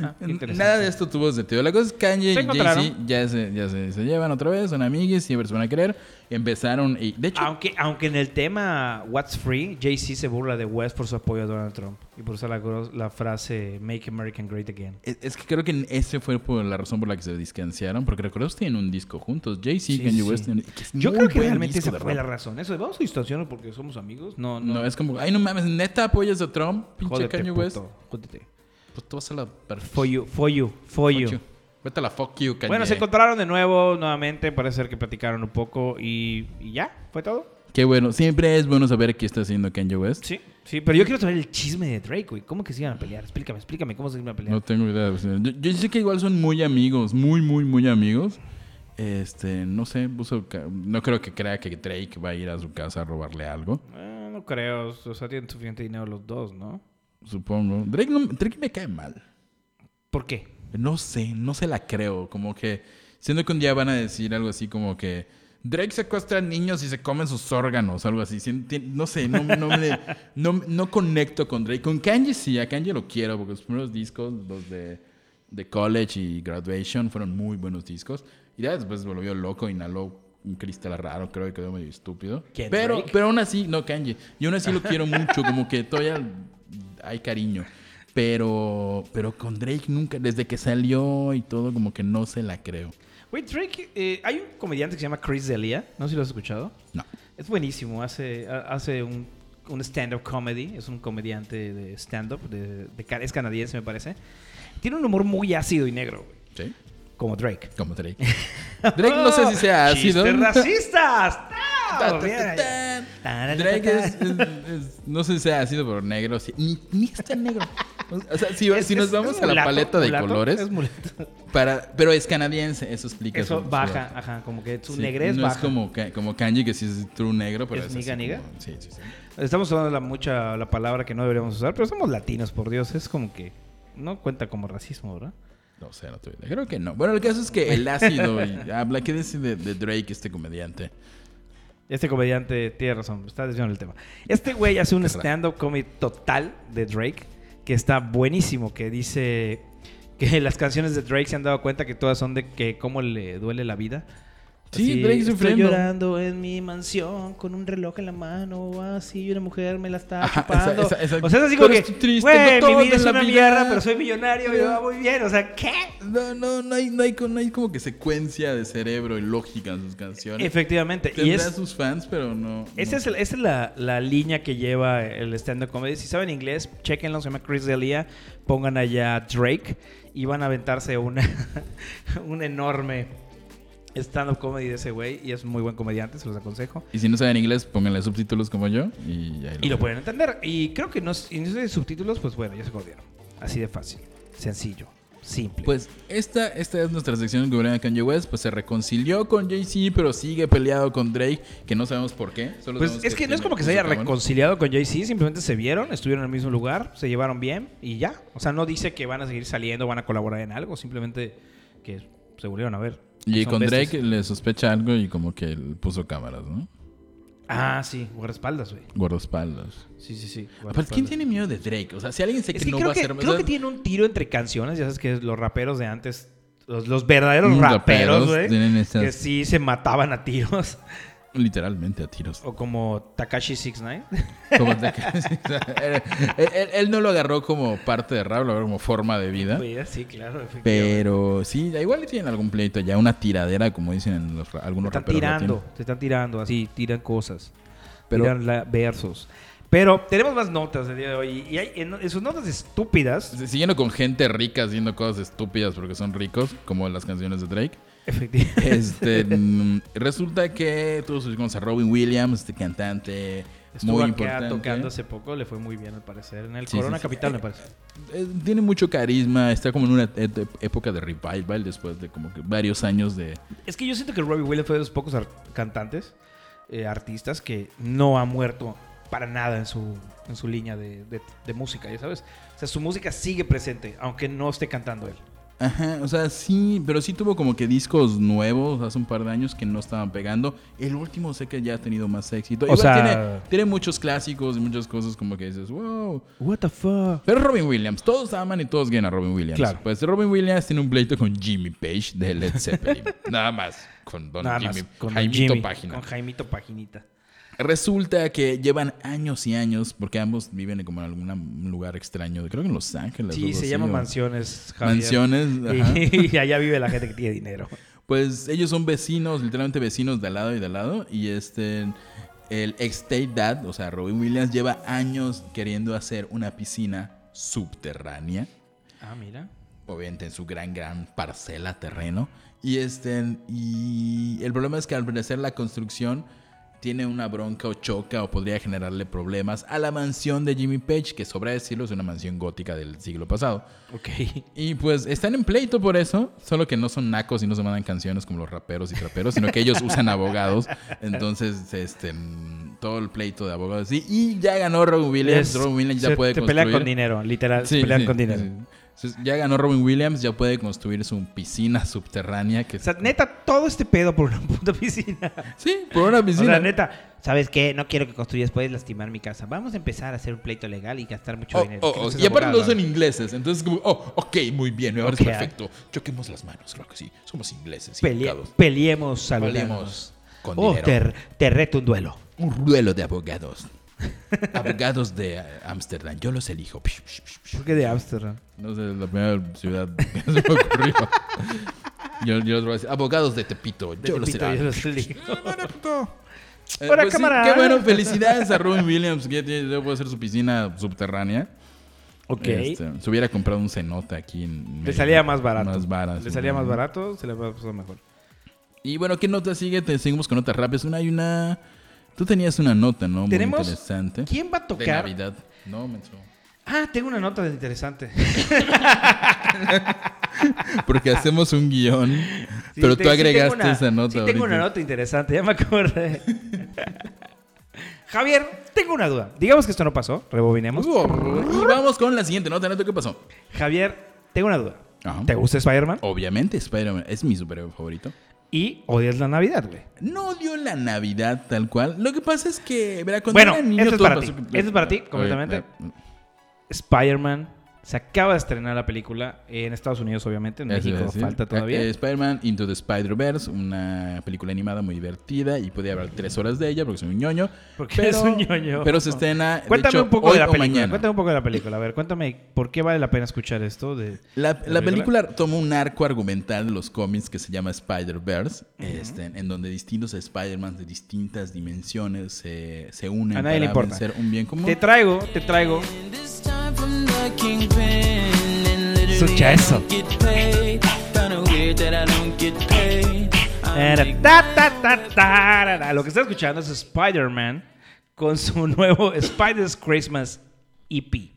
Ah, qué interesante. Nada de esto tuvo sentido. La cosa es que Kanye Se y Jay-Z encontraron. ya, se, ya se, se llevan otra vez, son amigues, siempre se van a querer. Empezaron y, de hecho, Aunque, aunque en el tema What's Free, Jay-Z se burla de West por su apoyo a Donald Trump y por usar la, gros- la frase Make America Great Again. Es, es que creo que ese fue por la razón por la que se distanciaron, porque recuerdos tienen un disco juntos, Jay-Z y Sí, Kanye sí. West. tienen- que es Yo muy creo que buen realmente disco esa de fue la rap. razón. Eso de vamos a distanciarnos porque somos amigos. No, no. No, es como, ay, no mames, neta apoyas a Trump, pinche Jódete, Kanye West. puto, jódete. Pues tú vas a la For perfección. you, for you, for you. Vete a la fuck you, Kanye. Bueno, se encontraron de nuevo, nuevamente, parece ser que platicaron un poco y, y ya, fue todo. Qué bueno, siempre es bueno saber qué está haciendo Kanye West. Sí, sí, pero yo quiero saber el chisme de Drake, güey. ¿Cómo que se iban a pelear? Explícame, explícame, ¿cómo se iban a pelear? No tengo idea. o sea, Yo, yo sé que igual son muy amigos, muy, muy, muy amigos. Este, no sé, puso ca- no creo que crea que Drake va a ir a su casa a robarle algo. Eh, no creo, o sea, tienen suficiente dinero los dos, ¿no? Supongo. Drake, no- Drake me cae mal. ¿Por qué? No sé, no se la creo. Como que siendo que un día van a decir algo así como que Drake secuestra niños y se comen sus órganos, algo así. Sien- tien- No sé, no, no, me- no, no conecto con Drake. Con Kanye sí, a Kanye lo quiero porque los primeros discos, los de, de College y Graduation, fueron muy buenos discos. Y ya después se volvió loco, inhaló un cristal raro, creo que quedó medio estúpido. ¿Quién, Pero, Drake? pero aún así, no Kanye. Y aún así lo quiero mucho, como que todavía hay cariño. Pero, pero con Drake nunca, desde que salió y todo, como que no se la creo. Güey, Drake, eh, hay un comediante que se llama Chris D'Elia, no sé si lo has escuchado. No. Es Es buenísimo. Hace, ha- hace un, un stand-up comedy. Es un comediante de stand-up. De, de ca- es canadiense, me parece. Tiene un humor muy ácido y negro, güey, ¿Sí? Como Drake. Como Drake. Drake no sé si Ah, sea ácido. ¡Chistes racistas! Ta, ¡No! ta, Bien ta, ahí. ta. Ta, ta, Drake ta, es, es- es- no sé si sea ácido, pero negro sí. Ni, ni está negro. O sea, si, Es- si nos es- vamos es a la mulato, paleta de mulato, colores, Es mulato. para, pero es canadiense, eso explica. Eso su- su- baja, ajá, como que su sí, negrez no baja. es como, Ka- como kanji que sí es true negro, pero ¿Es es, así niga, niga? como- sí, sí, sí. Estamos usando la, mucha la palabra que no deberíamos usar, pero somos latinos, por Dios. Es como que no cuenta como racismo, ¿verdad? No sé, no tuve idea. Creo que no. Bueno, el caso es que el ácido y ah, habla. ¿Qué dice de, de Drake, este comediante? Este comediante tiene razón, está desviando el tema. Este güey hace un stand-up comedy total de Drake que está buenísimo, que dice que las canciones de Drake se han dado cuenta que todas son de que cómo le duele la vida. Sí, Drake estoy sufriendo". llorando en mi mansión con un reloj en la mano, así y una mujer me la está Ajá, chupando. esa- esa- esa- o sea, es así pero como que, estoy triste, güey, no todo mi vida de es la una vida". mierda, pero soy millonario y me va muy bien. O sea, ¿qué? No, no, no hay, no hay, no hay como que secuencia de cerebro y lógica en sus canciones. Efectivamente. Y Tendrá es, sus fans, pero no. Esa no. es, el- esa es la, la línea que lleva el stand-up comedy. Si saben inglés, chequenlo. Se llama Chris D'Elia. Pongan allá Drake y van a aventarse una, un enorme stand-up comedy de ese güey. Y es muy buen comediante, se los aconsejo. Y si no saben inglés, pónganle subtítulos como yo y ahí Y lo ven. pueden entender. Y creo que no, y no sé, subtítulos, pues bueno, ya se acordaron. Así de fácil, sencillo, simple. Pues esta, esta es nuestra sección que de Kanye West. Pues se reconcilió con Jay-Z, pero sigue peleado con Drake, que no sabemos por qué. Solo Pues sabemos es que no es tiene como que se puso haya cabrón. reconciliado con Jay-Z, simplemente se vieron, estuvieron en el mismo lugar, se llevaron bien y ya. O sea, no dice que van a seguir saliendo, van a colaborar en algo, simplemente que se volvieron a ver. Y Son con bestias. Drake le sospecha algo y como que él puso cámaras, ¿no? eh, Ah, sí, guardaespaldas, güey. Guardaespaldas. Sí, sí, sí. Aparte, ¿quién guardaespaldas. tiene miedo de Drake? O sea, si alguien se Es que que no creo, va que, a ser... creo que tiene un tiro entre canciones, ya sabes que los raperos de antes, los, los verdaderos Mm, raperos, raperos güey, tienen esas- que sí se mataban a tiros, Literalmente a tiros. o como Takashi 69. Como de que- él, él- él no lo agarró como parte de rap, lo agarró como forma de vida. Sí, claro, efectivamente. Pero sí, igual tienen algún pleito ya, una tiradera, como dicen en los ra- Te algunos están raperos tirando, latinos. te están tirando, así, tiran cosas. Pero- tiran la- versos. Pero tenemos más notas el día de hoy. Y hay, en, en sus notas estúpidas, S- Siguiendo con gente rica haciendo cosas estúpidas porque son ricos, como las canciones de Drake. efectivamente. Este, mm, resulta que todos conocemos a Robin Williams, este cantante Estuvo muy acá importante. tocando hace poco, le fue muy bien al parecer. En el Sí, Corona sí, sí. Capital, me parece. Eh, Tiene mucho carisma, está como en una et- época de revival después de como que varios años de... Es que yo siento que Robbie Williams fue de los pocos ar- cantantes, eh, artistas, que no ha muerto para nada en su, en su línea de, de- de música, ya sabes. O sea, su música sigue presente, aunque no esté cantando él. Ajá, o sea, sí, pero sí tuvo como que discos nuevos hace un par de años que no estaban pegando. El último sé que ya ha tenido más éxito. O Igual sea- tiene, tiene muchos clásicos y muchas cosas como que dices, wow. What the fuck? Pero Robin Williams, todos aman y todos quieren a Robin Williams. Claro. Pues Robin Williams tiene un pleito con Jimmy Page de Led Zeppelin. Nada más. Con Don Nada Jimmy. más, con Jaimito Jimmy, Página. Con Jaimito Paginita. Resulta que llevan años y años, porque ambos viven como en algún lugar extraño, creo que en Los Ángeles. Sí, algo se así, llama o- mansiones, Javier. Mansiones. ajá. Y, y allá vive la gente que tiene dinero. Pues ellos son vecinos, literalmente vecinos de al lado y de al lado. Y este, el ex Tate Dad, o sea, Robin Williams, lleva años queriendo hacer una piscina subterránea. Ah, mira. obviamente en su gran, gran parcela, terreno. Y, este, y el problema es que al parecer la construcción tiene una bronca o choca o podría generarle problemas a la mansión de Jimmy Page, que sobra decirlo es una mansión gótica del siglo pasado. Ok. Y pues están en pleito por eso, solo que no son nacos y no se mandan canciones como los raperos y traperos, sino que ellos usan abogados. Entonces, este, todo el pleito de abogados. Y, y ya ganó Robin Williams. Robin Williams ya se- puede se pelea con construir. dinero, literal. Sí, se pelea sí, con dinero. sí. Entonces, ya ganó Robin Williams, ya puede construir su piscina subterránea. Que O sea, neta, todo este pedo por una puta piscina. Sí, por una o piscina. sea, neta. ¿Sabes qué? No quiero que construyas, puedes lastimar mi casa. Vamos a empezar a hacer un pleito legal y gastar mucho Oh, dinero. oh, Que oh, no seas y aparte abogado. no son ingleses, entonces como, oh, ok, muy bien, me parece Ok. ah. perfecto. Choquemos las manos, claro que sí. Somos ingleses. Pele- educados. Peleemos peleemos, saludemos. con Oh, dinero. te, re- te reto un duelo. Un duelo de abogados. abogados de eh, Ámsterdam, yo los elijo. Psh, psh, psh, psh. ¿Por qué de Ámsterdam? No sé, es la primera ciudad que se me ocurrió. Yo, yo los voy a decir, abogados de Tepito, yo los elijo. los elijo. Eh, Fuera pues sí, cámara. qué bueno, felicidades a Robin Williams, que ya- ya puede hacer su piscina subterránea. Ok. Este, se hubiera comprado un cenote aquí en Le salía más barato. Más barato. Le salía más barato, se le pasó mejor. Y bueno, ¿qué nota sigue? Te seguimos con notas rápidas. Una hay una. Tú tenías una nota, ¿no? Muy Tenemos- interesante. ¿Quién va a De tocar? Navidad. No, menso. Ah, tengo una nota de interesante. Porque hacemos un guión. Sí, pero te- tú sí agregaste tengo una- esa nota. Sí, tengo una ahorita. nota interesante, ya me acordé. Javier, tengo una duda. Digamos que esto no pasó, rebobinemos. Uh. Y vamos con la siguiente nota, Nato, ¿qué pasó? Javier, tengo una duda. Ajá. ¿Te gusta Spider-Man? Oh. Obviamente, Spider-Man es mi superhéroe favorito. Y odias la Navidad, güey. No odio la Navidad tal cual. Lo que pasa es que, verá, cuando Bueno, era niño esto es todo para ti. pasó- Esto es para ti, Oye, completamente. eh, Spider-Man se acaba de estrenar la película en Estados Unidos, obviamente. En Eso iba a México decir. falta todavía. Eh, eh, Spider-Man Into the Spider-Verse, una película animada muy divertida y podía hablar tres horas de ella porque soy un ñoño. Porque eres un ñoño. Pero se estrena. de Cuéntame hecho, un poco hoy de la o película. mañana. Cuéntame un poco de la película. A ver, cuéntame por qué vale la pena escuchar esto. De... La, la película? película toma un arco argumental de los cómics que se llama Spider-Verse, este, en donde distintos Spider-Man de distintas dimensiones se, se unen A nadie le para importa. vencer un bien común. Te traigo, te traigo. This time from the kingpin and literally Sucesso. I don't get paid. Kinda weird that I don't get paid. I Era make ta, ta, ta, tarara. Lo que está escuchando es Spider-Man con su nuevo Spider's Christmas EP.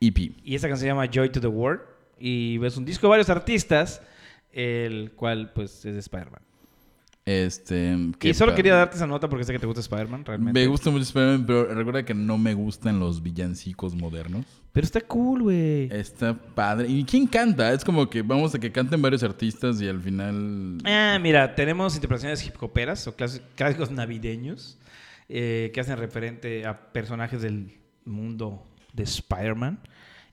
EP. Y esta canción se llama Joy to the World. Y es un disco de varios artistas, el cual pues es de Spider-Man. Este, Y solo pa- quería darte esa nota porque sé que te gusta Spider-Man, realmente. Me gusta mucho Spider-Man, pero recuerda que no me gustan los villancicos modernos. Pero está cool, güey. Está padre. ¿Y quién canta? Es como que vamos a que canten varios artistas y al final. Ah, mira, tenemos interpretaciones hip hoperas o clas- clásicos navideños eh, que hacen referente a personajes del mundo de Spider-Man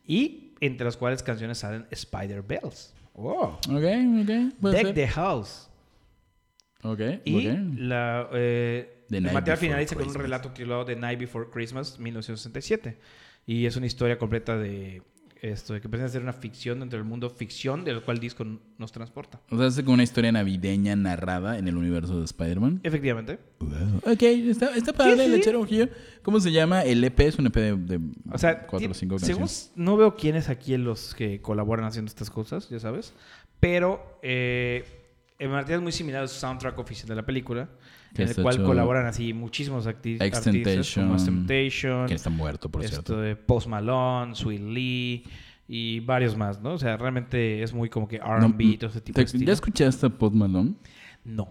y entre las cuales canciones salen Spider-Bells. Oh. Ok, ok. puede Deck ser. the House. Ok, Y ok. la, eh, The el Night material Before finaliza con un Christmas. relato titulado The Night Before Christmas, 1967. Y es una historia completa de esto, de que pretende ser una ficción dentro del mundo ficción, del cual el disco nos transporta. O sea, es como una historia navideña narrada en el universo de Spider-Man. Efectivamente. Ok, está, está padre, sí, le sí. echaron un ojillo. ¿Cómo se llama? El EP es un EP de, de O sea, cuatro o ti- cinco según canciones. s- no veo quiénes aquí los que colaboran haciendo estas cosas, ya sabes. Pero eh, en realidad es muy similar al soundtrack oficial de la película, Que en el está cual hecho- colaboran así muchísimos acti- artistas Extentation, como Extentation, Que está muerto, por esto cierto. de Post Malone, Sweet Lee y varios más, ¿no? O sea, realmente es muy como que No, R&B, y todo ese tipo ¿te- de estilo. ¿Ya escuchaste a Pod Malone? No.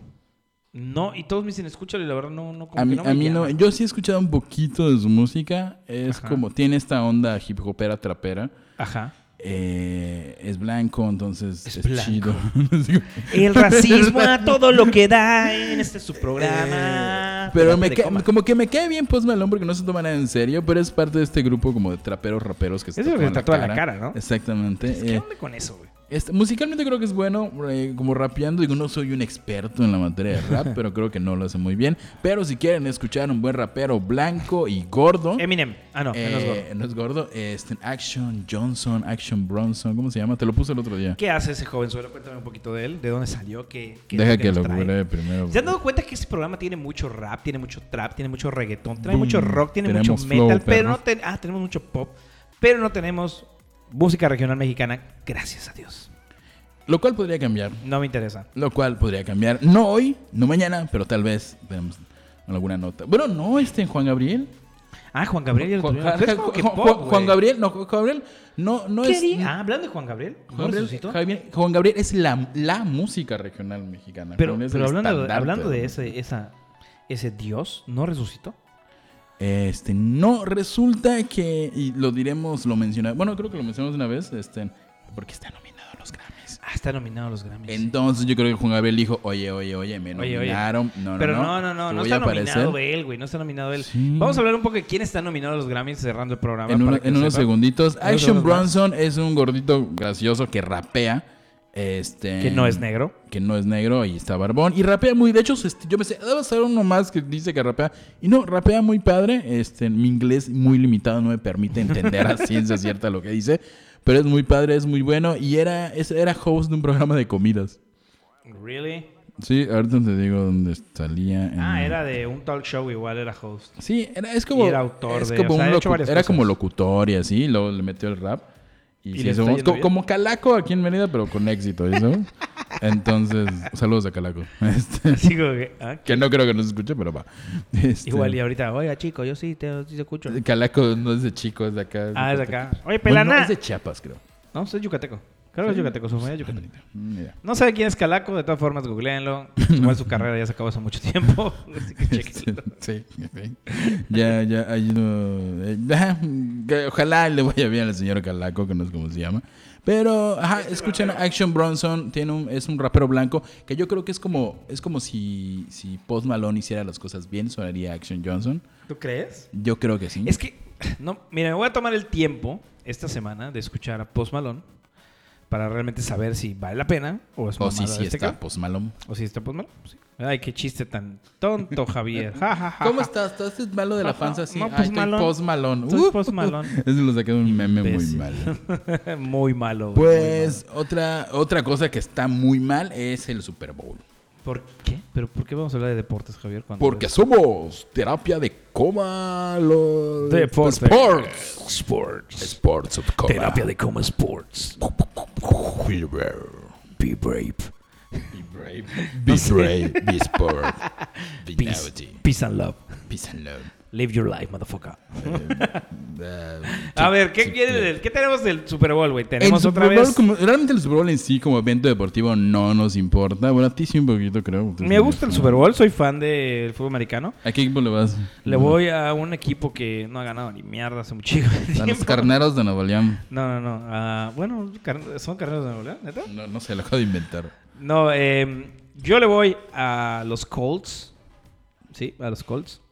No, y todos me dicen, escúchalo, y la verdad no, no como A que mí, no me a mí no, llama. yo sí he escuchado un poquito de su música. Es Ajá. como, tiene esta onda hip hopera, trapera. Ajá. Eh, es blanco, entonces es, Es blanco. chido. El racismo a todo lo que da en este su programa. Eh, pero me Debate de ca- coma. como que me cae bien Post Malone porque no se toma nada en serio, pero es parte de este grupo como de traperos, raperos que se Es lo que tatúan se tatúa la cara, ¿no? Exactamente. Pues, ¿Qué Eh, onda con eso, güey? este, musicalmente creo que es bueno, eh, como rapeando. Digo, no soy un experto en la materia de rap, pero creo que no lo hace muy bien. Pero si quieren escuchar un buen rapero blanco y gordo... Eminem. Ah, no, menos eh, gordo. no es gordo. Este, Action Johnson, Action Bronson, ¿cómo se llama? Te lo puse el otro día. ¿Qué hace ese jovenzuelo? Cuéntame un poquito de él. ¿De dónde salió? ¿Qué, qué es Deja que nos lo trae? huele primero. ¿Se han dado cuenta que este programa tiene mucho rap, tiene mucho trap, tiene mucho reggaetón, tiene Boom. mucho rock, tiene Tenemos mucho flow, metal, pero perros. no ten- ah, tenemos mucho pop, pero no tenemos música regional mexicana, gracias a Dios. Lo cual podría cambiar. No me interesa. Lo cual podría cambiar. No hoy, no mañana, pero tal vez veremos alguna nota. Bueno, no este Juan Gabriel. Ah, Juan Gabriel ya lo Juan, tuvieron. Pero es como que Juan- pop, Juan- güey. Juan Gabriel, no, Juan Gabriel, no, no ¿Qué es. haría? Ah, hablando de Juan Gabriel, ¿no Juan Gabriel, resucitó? Javier- Juan Gabriel es la, la música regional mexicana. Pero, Juan es pero el hablando, de, estandarte. hablando de ese, esa, ese Dios, ¿no resucitó? Este, no, resulta que. Y lo diremos, lo mencionamos. Bueno, creo que lo mencionamos una vez. Este, porque está nominado a los Grammys. Ah, está nominado a los Grammys. Entonces yo creo que Juan Gabriel dijo: Oye, oye, oye, me Oye, oye. nominaron. No, no, pero no, no, no, no, no, yo voy está a aparecer. nominado él, güey, no está nominado él. Sí. Vamos a hablar un poco de quién está nominado a los Grammys cerrando el programa. en, para uno- que en lo unos sepa. segunditos. unos Action segundos más. Bronson es un gordito gracioso que rapea. Este, Que no es negro. Que no es negro y está barbón. Y rapea muy. De hecho, su esti- yo pensé, debe ser uno más que dice que rapea. Y no, rapea muy padre. Este, mi inglés muy limitado no me permite entender a ciencia cierta lo que dice. Pero es muy padre, es muy bueno. Y era, es- era host de un programa de comidas. Really? Sí, ahorita te digo dónde salía. en- Ah, era de un talk show, igual era host. Sí, era, es como. Y era autor es de- como o sea, un ha hecho locu- varias Era como cosas. locutor y así, y luego le metió el rap. Y, ¿Y se le hizo está un- yendo co- bien? como Calaco aquí en Mérida, pero con éxito, ¿sí? ¿no? Entonces, saludos a Calaco. Este, Así como que, ah, que no creo que nos escuche, pero va. Este, Igual y ahorita, oiga chico, yo sí te, sí te escucho. Calaco no es de chico, es de acá. Ah, es de acá. Oye, Bueno, no, Pelana. es de Chiapas, creo. No, soy yucateco. Claro que es yucateco, su familia es yucateca. Mm, Mira. No sabe quién es Calaco, de todas formas, googleenlo. Igual su carrera ya se acabó hace mucho tiempo. Así que chequen. Este, Sí, sí. Ya, ya, hay uno- eh, ajá, que Ojalá le vaya bien al señor Calaco, que no es como se llama. Pero, ajá, Este escuchen, Action Bronson tiene un, es un rapero blanco que yo creo que es como, es como si, si Post Malone hiciera las cosas bien, sonaría Action Johnson. ¿Tú crees? Yo creo que sí. Es que, no, mira, me voy a tomar el tiempo esta semana de escuchar a Post Malone para realmente saber si vale la pena o es o si mamada sí de este está cabrón. Post Malone. O si está Post Malone. sí. Ay, qué chiste tan tonto, Javier. Ja, ja, ja, ¿Cómo ja. estás? ¿Estás malo de la panza? Sí, No, Ay, Post estoy Malone. Post Malone. Estoy Uh, Post Malone. Eso lo saqué de un meme muy Imbécil. malo. muy malo. güey, muy Pues otra, otra cosa que está muy mal es el Super Bowl. malo. ¿Por qué? ¿Pero por qué vamos a hablar de deportes, Javier? cuando- Porque somos terapia de coma los Deportes. sports. Sports. Sports of coma. Terapia de coma sports. Be brave. Be brave. Be brave. Be brave. Be sport. Be Peace, naughty. peace and love. Peace and love. Uh, Live your life, motherfucker. Eh, A ver, ¿qué, sí, viene sí. del- ¿qué tenemos del Super Bowl, güey? El Tenemos Super otra Bowl vez. como- realmente el Super Bowl en sí como evento deportivo no nos importa. Bueno, a ti sí un poquito creo. Me gusta el Super Bowl, soy fan del fútbol americano. ¿A qué equipo le vas? Le voy a un equipo que no ha ganado ni mierda hace mucho A los tiempo. carneros de Nuevo León. No, no, no. Ah, bueno, car- ¿son carreras de Nueva Orleans, neta? No, no sé, lo acabo de inventar. No, eh, yo le voy a los Colts. Sí, a los Colts.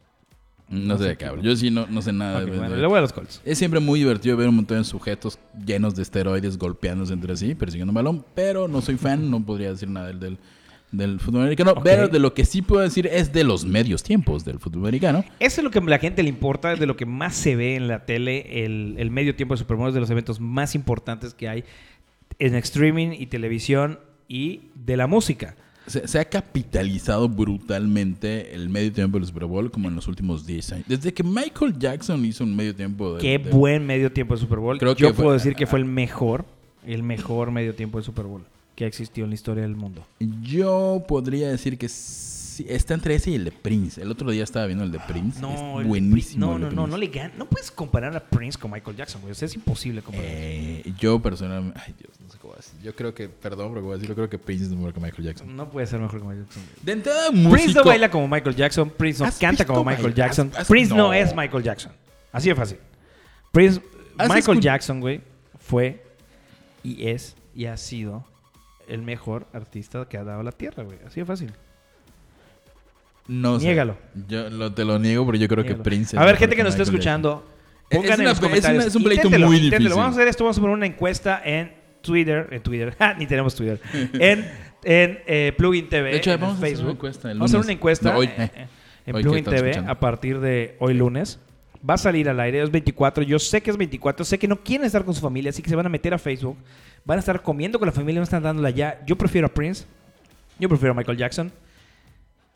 No sé, cabrón. Yo sí no, no sé nada. Ok, de- bueno, de- le voy a los Colts. Es siempre muy divertido ver un montón de sujetos llenos de esteroides golpeándose entre sí, persiguiendo un balón, pero no soy fan, no podría decir nada del, del, del fútbol americano. Pero de lo que sí puedo decir es de los medios tiempos del fútbol americano. Eso es lo que a la gente le importa, es de lo que más se ve en la tele. El, el medio tiempo de Super Bowl es de los eventos más importantes que hay en streaming y televisión y de la música. Se, se ha capitalizado brutalmente el medio tiempo del Super Bowl como en los últimos 10 años. Desde que Michael Jackson hizo un medio tiempo de, Qué Pues, de- buen medio tiempo de Super Bowl. Creo Yo que fue- ah, puedo decir que fue el mejor, el mejor medio tiempo de Super Bowl que ha existido en la historia del mundo. Yo podría decir que sí, está entre ese y el de Prince. El otro día estaba viendo el de Prince. Ah, No, es el- buenísimo. No, el de no, no, Prince. no le gan- No puedes comparar a Prince con Michael Jackson, güey. O sea, es imposible comparar. Eh, yo personalmente, ay Dios, no sé cómo decir. Yo creo que, perdón por lo que voy a decir, yo creo que Prince es mejor que Michael Jackson. No puede ser mejor que Michael Jackson. De entrada, Mm, Prince músico. no baila como Michael Jackson. Prince no ¿Has canta visto como bailar? Michael Jackson. ¿Has- has- Prince no. no. es Michael Jackson. Así de fácil. Prince, ¿Has Michael escu- Jackson, güey, fue y es y ha sido el mejor artista que ha dado la tierra, güey. Así de fácil. No sé. Niégalo. Yo lo- te lo niego, pero yo creo Niégalo. que Prince. es A ver, mejor gente que nos está Michael escuchando, Es- pongan es en una- los es una- comentarios. es un pleito Inténtelo, muy inténtelo. difícil. Vamos a hacer esto, vamos a poner una encuesta en Twitter, en Twitter, ja, ni tenemos Twitter, en, en eh, Plugin TV, De hecho, en vamos a hacer Facebook. una encuesta el vamos a hacer lunes. una encuesta No, hoy. eh, eh, en Hoy que Plugin están TV escuchando. a partir de hoy lunes. Va a salir al aire, es 24. Yo sé que es 24, sé que no quieren estar con su familia, así que se van a meter a Facebook. Van a estar comiendo con la familia, no están dándola ya. Yo prefiero a Prince, yo prefiero a Michael Jackson.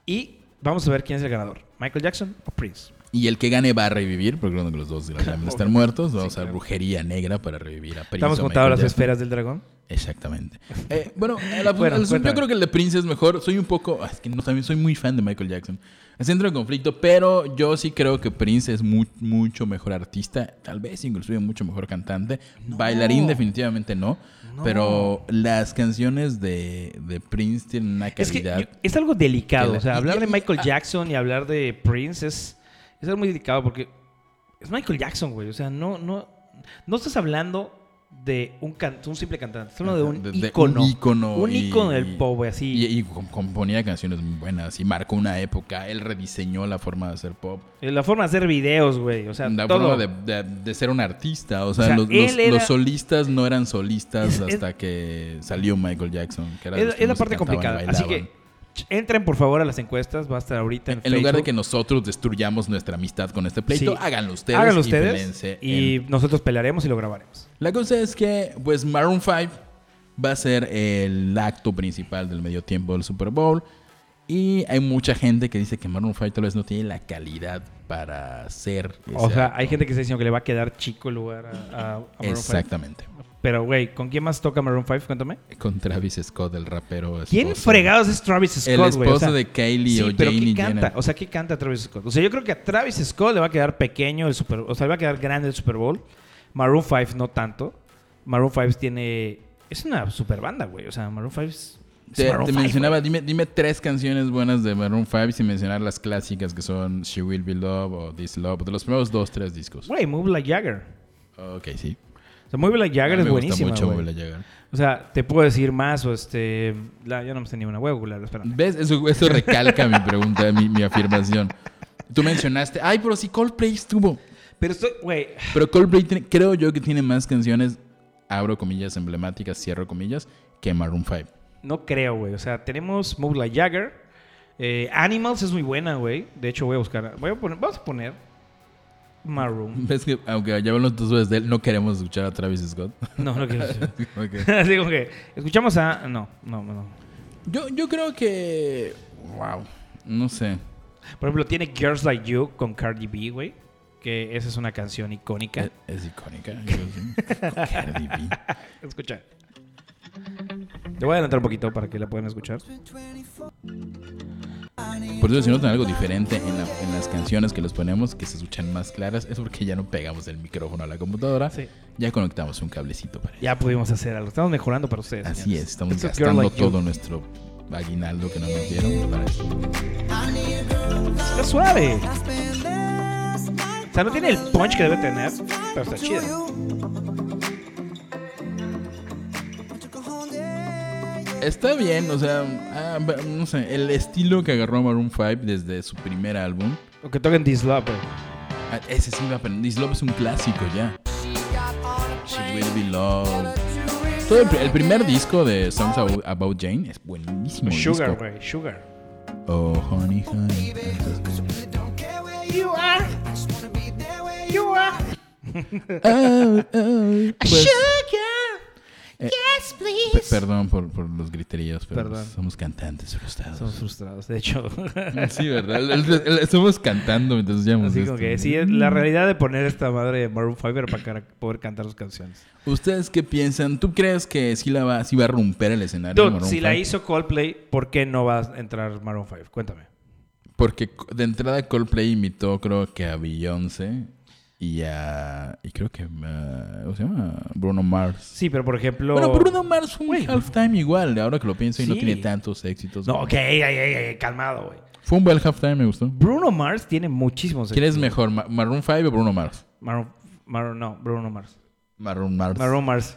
Y vamos a ver quién es el ganador: Michael Jackson o Prince. Jackson. Y el que gane va a revivir, porque creo que los dos van a estar muertos. Vamos a usar brujería negra para revivir a Prince. Estamos o contando Michael las Jackson. esferas del dragón. Exactamente. Eh, bueno, la- Bueno, el- yo cuéntame. creo que el de Prince es mejor. Soy un poco. ah, Es que no, también soy muy fan de Michael Jackson. Es entro en conflicto, pero yo sí creo que Prince es mu- mucho mejor artista. Tal vez inclusive mucho mejor cantante. Bailarín, definitivamente no. Pero las canciones de, de Prince tienen una Es que calidad. yo- es algo delicado. Que la- O sea, y- hablar de y- Michael ah. Jackson y hablar de Prince es, es algo muy delicado porque es Michael Jackson, güey. O sea, no, no, no estás hablando de un, can- un simple cantante. Estás hablando de un de- de ícono. Un ícono. Un y- ícono del y- pop, güey. Así. Y, y com- componía canciones muy buenas y marcó una época. Él rediseñó la forma de hacer pop. Eh, la forma de hacer videos, güey. O sea, la todo. forma de, de- de ser un artista. O sea, O sea, los, los- él era- los solistas no eran solistas Es- es- hasta que salió Michael Jackson. que era de es, los que es la nos parte cantaban y complicada. Así que bailaban. ch- entren, por favor, a las encuestas. Va a estar ahorita en, En lugar de Facebook. que nosotros destruyamos nuestra amistad con este pleito, Sí. háganlo ustedes. Háganlo y ustedes. peléense Y en- nosotros pelearemos y lo grabaremos. La cosa es que, pues, Maroon 5 va a ser el acto principal del medio tiempo del Super Bowl. Y hay mucha gente que dice que Maroon 5 tal vez no tiene la calidad para ser. O sea, hay gente que está diciendo que le va a quedar chico el lugar a, a- a Maroon 5. Exactamente. Pero, güey, ¿con quién más toca Maroon 5? Cuéntame. Con Travis Scott, el rapero. ¿Quién esposo. fregados es Travis Scott, El güey? esposo O sea, de Kylie Sí, o pero ¿qué Janie canta? Jenner. O sea, ¿qué canta Travis Scott? O sea, yo creo que a Travis Scott le va a quedar pequeño el Super O sea, le va a quedar grande el Super Bowl. Maroon 5 no tanto. Maroon 5 tiene... Es una super banda, güey. O sea, Maroon 5 es... es Te, Maroon te 5, mencionaba, güey. dime, dime tres canciones buenas de Maroon 5 sin mencionar las clásicas que son She Will Be Love o This Love, de los primeros dos, tres discos. Güey, Move Like Jagger. Ok, sí. O sea, Move Like A mí Jagger es me gusta buenísima, mucho güey. Will I Jagger. O sea, te puedo decir más o este... La, yo no me sé ni una huevo, la espera. ¿Ves? Eso, eso recalca mi pregunta, mi, mi afirmación. Tú mencionaste, ay, pero si Coldplay estuvo. Pero estoy... Güey... Pero Coldplay tiene- creo yo que tiene más canciones, abro comillas, emblemáticas, cierro comillas, que Maroon 5. No creo, güey. O sea, tenemos Move Like Jagger. Eh, Animals es muy buena, güey. De hecho, voy a buscar. Voy a poner, vamos a poner Maroon. ¿Ves que, aunque ya hablamos dos veces de él, no queremos escuchar a Travis Scott? No, no quiero decir. Ok. Así como que escuchamos a. No, no, no. yo, yo creo que. Wow. No sé. Por ejemplo, tiene Girls Like You con Cardi B, güey. Que esa es una canción icónica. Es, e-, es icónica. yo sí. Cardi B. Escucha. Le voy a adelantar un poquito para que la puedan escuchar. Por eso, si notan algo diferente en, la- en las canciones que les ponemos, que se escuchan más claras, es porque ya no pegamos el micrófono a la computadora, Sí. ya conectamos un cablecito para Ya pudimos hacer algo. Estamos mejorando para ustedes. Así señores. es, estamos Esto es Girl gastando Like You. todo nuestro aguinaldo que no nos dieron para esto. Está suave. O sea, no tiene el punch que debe tener, pero está chido. Está bien, o sea, ah, b- no sé, el estilo que agarró Maroon 5 desde su primer álbum. O que toquen pues. This Love, güey. ah, Ese sí va a aprender. This Love es un clásico ya. She Will Be Love. Todo el, pr- el primer disco de Songs Abo- About Jane es buenísimo. Sugar, disco. güey, Sugar. Oh, honey, honey. entonces- Oh, oh, pues, eh, Yes, pe- please. perdón por, por los griteríos, pero pues Perdón. somos cantantes frustrados. Somos frustrados, de hecho. Sí, ¿verdad? El- el- el- estamos cantando mientras llamamos. Así como que sí, es la realidad de poner esta madre de Maroon 5 era para cara- poder cantar sus canciones. ¿Ustedes qué piensan? ¿Tú crees que sí, la va, sí va a romper el escenario? de Dude, Maroon si la 5? hizo Coldplay, ¿por qué no va a entrar Maroon 5? Cuéntame. Porque co- de entrada Coldplay imitó, creo que a Beyoncé y a. Y creo que. a- ¿Cómo se llama? Bruno Mars. Sí, pero por ejemplo... Bueno, Bruno Mars fue Güey. un halftime igual, ahora que lo pienso, y no Sí. tiene tantos éxitos. No, ok, ay, ay, ay, calmado, güey. Fue un buen halftime, me gustó. Bruno Mars tiene muchísimos... ¿Quién es éxitos. mejor, Ma- Maroon 5 o Bruno Mars? Maroon, Maroon, no, Bruno Mars. Maroon Mars. Maroon Mars.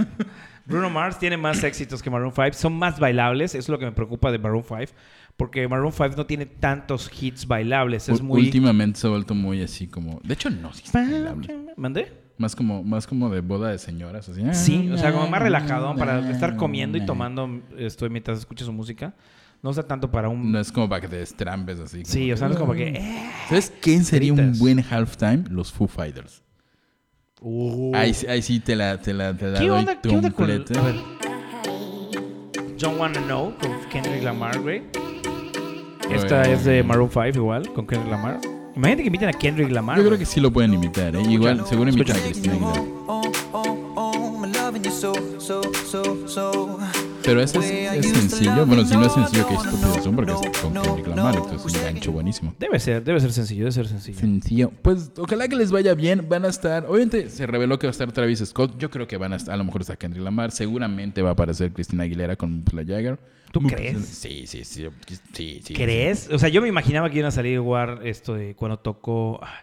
Bruno Mars tiene más éxitos que Maroon 5. Son más bailables. Eso es lo que me preocupa de Maroon 5. Porque Maroon 5 no tiene tantos hits bailables. Es U- muy... Últimamente se ha vuelto muy así como. De hecho, no, sí está bailable. ¿Mandé? Más como, más como de boda de señoras. Así. ah, Sí, o sea, como más relajado para estar comiendo y tomando esto mientras escuchas su música. No está tanto para un... No es como para que te destrampes así. como Sí, que, o sea, no es como que... "Ah". eh, ¿Sabes quién sería un Gritas. buen halftime? Los Foo Fighters. uh. Ahí, sí- ahí sí te la, te la, te la ¿Qué doy onda, ¿Qué onda con... completa. a ver. Don't Wanna Know con Kendrick Lamar, güey. Esta Bueno. es de Maroon 5 igual, con Kendrick Lamar. Imagínate que inviten a Kendrick Lamar. Yo creo güey. que sí lo pueden imitar, ¿eh? Igual, seguro imitan a Taking Cristina you Aguilera. home, oh, oh, oh, I'm loving you so, so, so, so. Pero ese es, es sencillo. Bueno, si no es sencillo, que es tu son porque es con Kendrick Lamar, entonces es un gancho buenísimo. Debe ser, debe ser sencillo, debe ser sencillo. Sencillo. Pues ojalá que les vaya bien. Van a estar. Obviamente se reveló que va a estar Travis Scott. Yo creo que van a estar. A lo mejor está Kendrick Lamar. Seguramente va a aparecer Cristina Aguilera con la Jagger. ¿Tú Muy crees? posible. Sí, sí, sí. sí, sí ¿Crees? O sea, yo me imaginaba que iban a salir igual esto de cuando tocó. ah,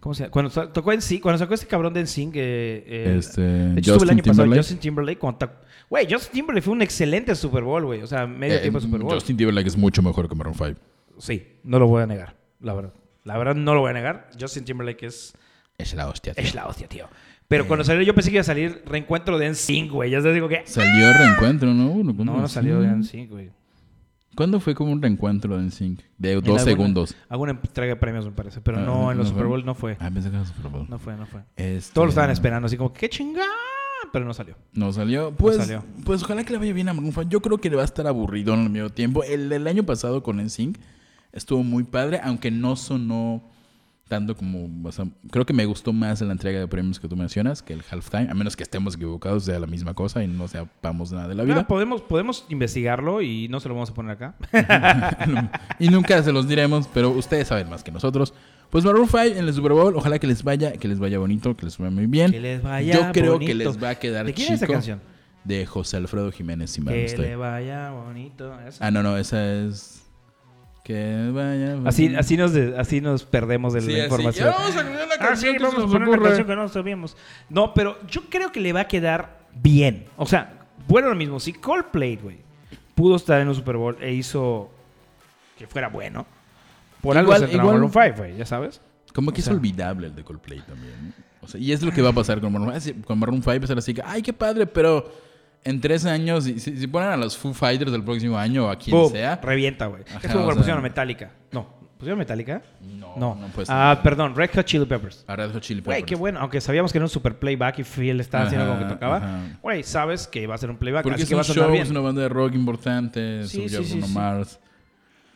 ¿Cómo se llama? Cuando sa- tocó en sí, cuando sacó este cabrón de NSYNC. Eh, eh, Este, de hecho, estuvo Justin el año pasado Timberlake. Justin Timberlake. cuando to- Güey, Justin Timberlake fue un excelente Super Bowl, güey. O sea, medio Eh, tiempo de Super Bowl. Justin Timberlake es mucho mejor que Maroon 5. Sí, no lo voy a negar, la verdad. La verdad, no lo voy a negar. Justin Timberlake es, Es la hostia. tío. es la hostia, tío. Pero cuando salió, yo pensé que iba a salir reencuentro de NSYNC, güey. Ya sabes, digo que. "Ah, Salió reencuentro, ¿no? Uno con No, no NSYNC. salió de NSYNC, güey. ¿Cuándo fue como un reencuentro de NSYNC? De dos En alguna- segundos. Alguna entrega de premios, me parece. Pero Ah, no, en los no Super fue. Bowl no fue. Ah, pensé que era Super Bowl. No fue, no fue. Este, Todos lo estaban esperando, así como, ¡qué chingada! pero no salió. No salió. Pues, salió. pues ojalá que le vaya bien a Maroon 5. Yo creo que le va a estar aburrido en el medio tiempo. El del año pasado con NSYNC estuvo muy padre, aunque no sonó tanto como... o sea, creo que me gustó más la entrega de premios que tú mencionas que el halftime, a menos que estemos equivocados sea la misma cosa y no sepamos nada de la vida. Ah, podemos, podemos investigarlo y no se lo vamos a poner acá. y nunca se los diremos, pero ustedes saben más que nosotros. Pues Maroon 5 en el Super Bowl, ojalá que les vaya, que les vaya bonito, que les vaya muy bien. Que les vaya Yo creo bonito. que les va a quedar ¿De quién es esa chico canción? De José Alfredo Jiménez, si mal no que estoy. le vaya bonito. Eso. Ah, no, no, esa es. Que vaya. vaya. Así, así, nos, de- así nos perdemos de Sí, la así. información. Ya vamos a cambiar la Ah, canción. sí, que se vamos a nos poner una ocurre. canción que no sabíamos. No, pero yo creo que le va a quedar bien. O sea, bueno lo mismo. Si Coldplay, güey, pudo estar en un Super Bowl e hizo que fuera bueno. Por algo Igual- se trajo igual- Maroon 5, güey, ya sabes. Como que O sea. es olvidable el de Coldplay también. ¿no? O sea, y es lo que va a pasar con Maroon 5. Ah, sí, Con Maroon 5 va a ser así que, ay, qué padre, pero en tres años, si, si- si ponen a los Foo Fighters del próximo año o a quien Boom, sea. Revienta, güey. Ajá, Es como o cuando sea. pusieron a Metallica. No, ¿pusieron Metallica? No, No. no, puede ser. ah, perdón, Red Hot Chili Peppers. A Red Hot Chili Güey, qué Peppers. bueno. Aunque sabíamos que era un super playback y Phil estaba haciendo Ajá, como que tocaba. ajá. Güey, sabes que va a ser un playback, Porque así es que un va a sonar show, bien. es una banda de rock importante. Sí, subió sí, sí, Bruno sí. Mars.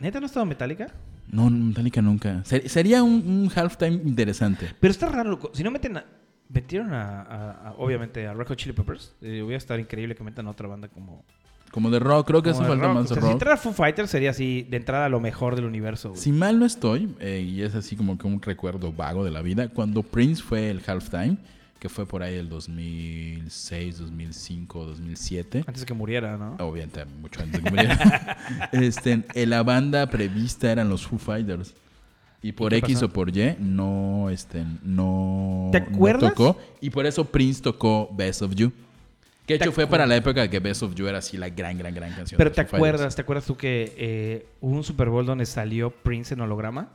¿Neta no ha estado Metallica? No, Metallica nunca. Ser- sería un, un halftime interesante. Pero está raro, loco. Si no meten a- Metieron a, a- a- obviamente, a Red Hot Chili Peppers. Eh, hubiera estar increíble que metan a otra banda como... Como de rock, creo que hace como de falta rock. más O sea, rock. si entrara Foo Fighters sería así, de entrada, lo mejor del universo. güey. Si mal no estoy, eh, y es así como que un recuerdo vago de la vida, cuando Prince fue el halftime, que fue por ahí el 2006, 2005, 2007, Antes de que muriera, ¿no? obviamente mucho antes de que muriera, este, eh, la banda prevista eran los Foo Fighters. Y por qué X pasó? o por Y no, este, no, ¿Te no acuerdas? tocó. Y por eso Prince tocó Best of You. Que de ¿Te hecho fue para la época que Best of You era así la gran, gran, gran canción. Pero de ¿te Foo Fighters. acuerdas? ¿Te acuerdas tú que eh, hubo un Super Bowl donde salió Prince en holograma?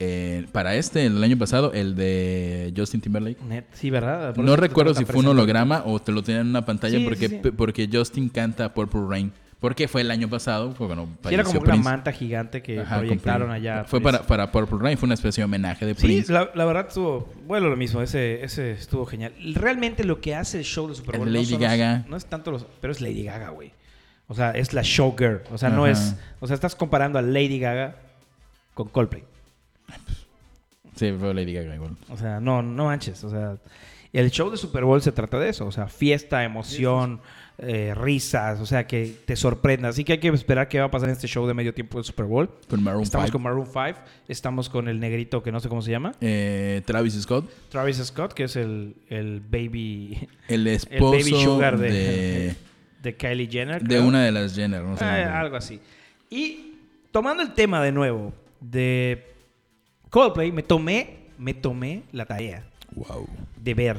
Eh, para este, el año pasado, el de Justin Timberlake. Net. Sí, ¿verdad? Ah, Por No eso te recuerdo toca si tan fue un presente. holograma o te lo tenían en una pantalla Sí, porque, sí, sí. pe- porque Justin canta Purple Rain. Porque fue el año pasado, fue cuando Sí, era como falleció una Prince. manta gigante que Ajá, con proyectaron Prince. allá. a Fue Prince. para, para Purple Rain, fue una especie de homenaje de Sí, Prince. la, la verdad estuvo, bueno, lo mismo, ese, ese estuvo genial. Realmente lo que hace el show de Super El Bowl de no Lady son los- Gaga. no es tanto los, pero es Lady Gaga, güey. O sea, es la showgirl, o sea, no Ajá. es, o sea, estás comparando a Lady Gaga con Coldplay. Sí, fue Lady Gaga igual. O sea, no no manches, o sea, el show de Super Bowl se trata de eso, o sea, fiesta, emoción, eh, risas, o sea, que te sorprenda. Así que hay que esperar qué va a pasar en este show de medio tiempo de Super Bowl. Con Maroon Estamos 5. con Maroon 5, estamos con el negrito que no sé cómo se llama, Eh, Travis Scott, Travis Scott, que es el, el baby el El esposo baby sugar de, de, de, Kylie Jenner. de creo. una de las Jenner. No sé Ah, cómo. algo así. Y tomando el tema de nuevo de Coldplay, me tomé, me tomé la tarea Wow. de ver.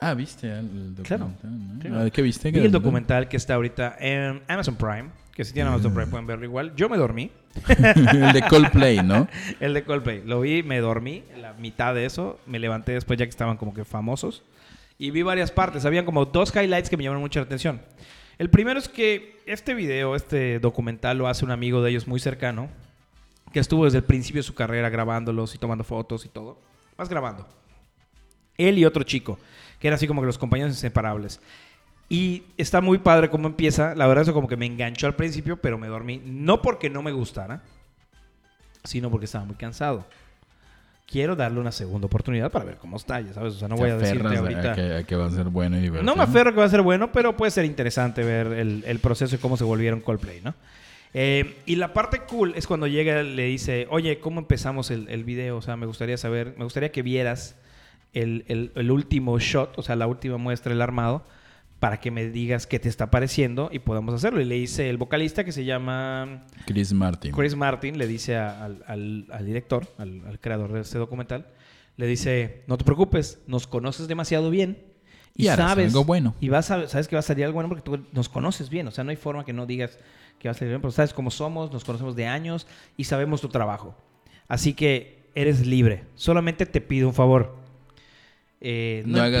Ah, viste el Claro, documental. ¿no? claro. A ver, ¿Qué viste? ¿Qué Vi el documental que está ahorita en Amazon Prime, que si tienen Amazon Prime pueden verlo igual. Yo me dormí, el de Coldplay, ¿no? el de Coldplay. Lo vi, me dormí, la mitad de eso. Me levanté después ya que estaban como que famosos. Y vi varias partes. Habían como dos highlights que me llamaron mucha atención. El primero es que este video, este documental, lo hace un amigo de ellos muy cercano, que estuvo desde el principio de su carrera grabándolos y tomando fotos y todo. Más grabando. Él y otro chico, que era así como que los compañeros inseparables. Y está muy padre cómo empieza. La verdad, eso como que me enganchó al principio, pero me dormí. No porque no me gustara, sino porque estaba muy cansado. Quiero darle una segunda oportunidad para ver cómo está, ya sabes. O sea, no voy a Te decirte aferras ahorita. A que, a que va a ser bueno y divertido. No me aferro que va a ser bueno, pero puede ser interesante ver el, el proceso y cómo se volvieron Coldplay, ¿no? Eh, y la parte cool es cuando llega, le dice, oye, ¿cómo empezamos el, el video? O sea, me gustaría saber, me gustaría que vieras el, el- el último shot, o sea, la última muestra, el armado, para que me digas qué te está pareciendo y podamos hacerlo. Y le dice el vocalista que se llama Chris Martin. Chris Martin le dice a- al, al- al director, al, al creador de este documental, le dice, no te preocupes, nos conoces demasiado bien y, Y harás sabes algo bueno." y vas a- sabes que va a salir algo bueno porque tú nos conoces bien, o sea, no hay forma que no digas que va a salir bien, pero sabes cómo somos, nos conocemos de años y sabemos tu trabajo. Así que eres libre. Solamente te pido un favor. Eh, no, No hagas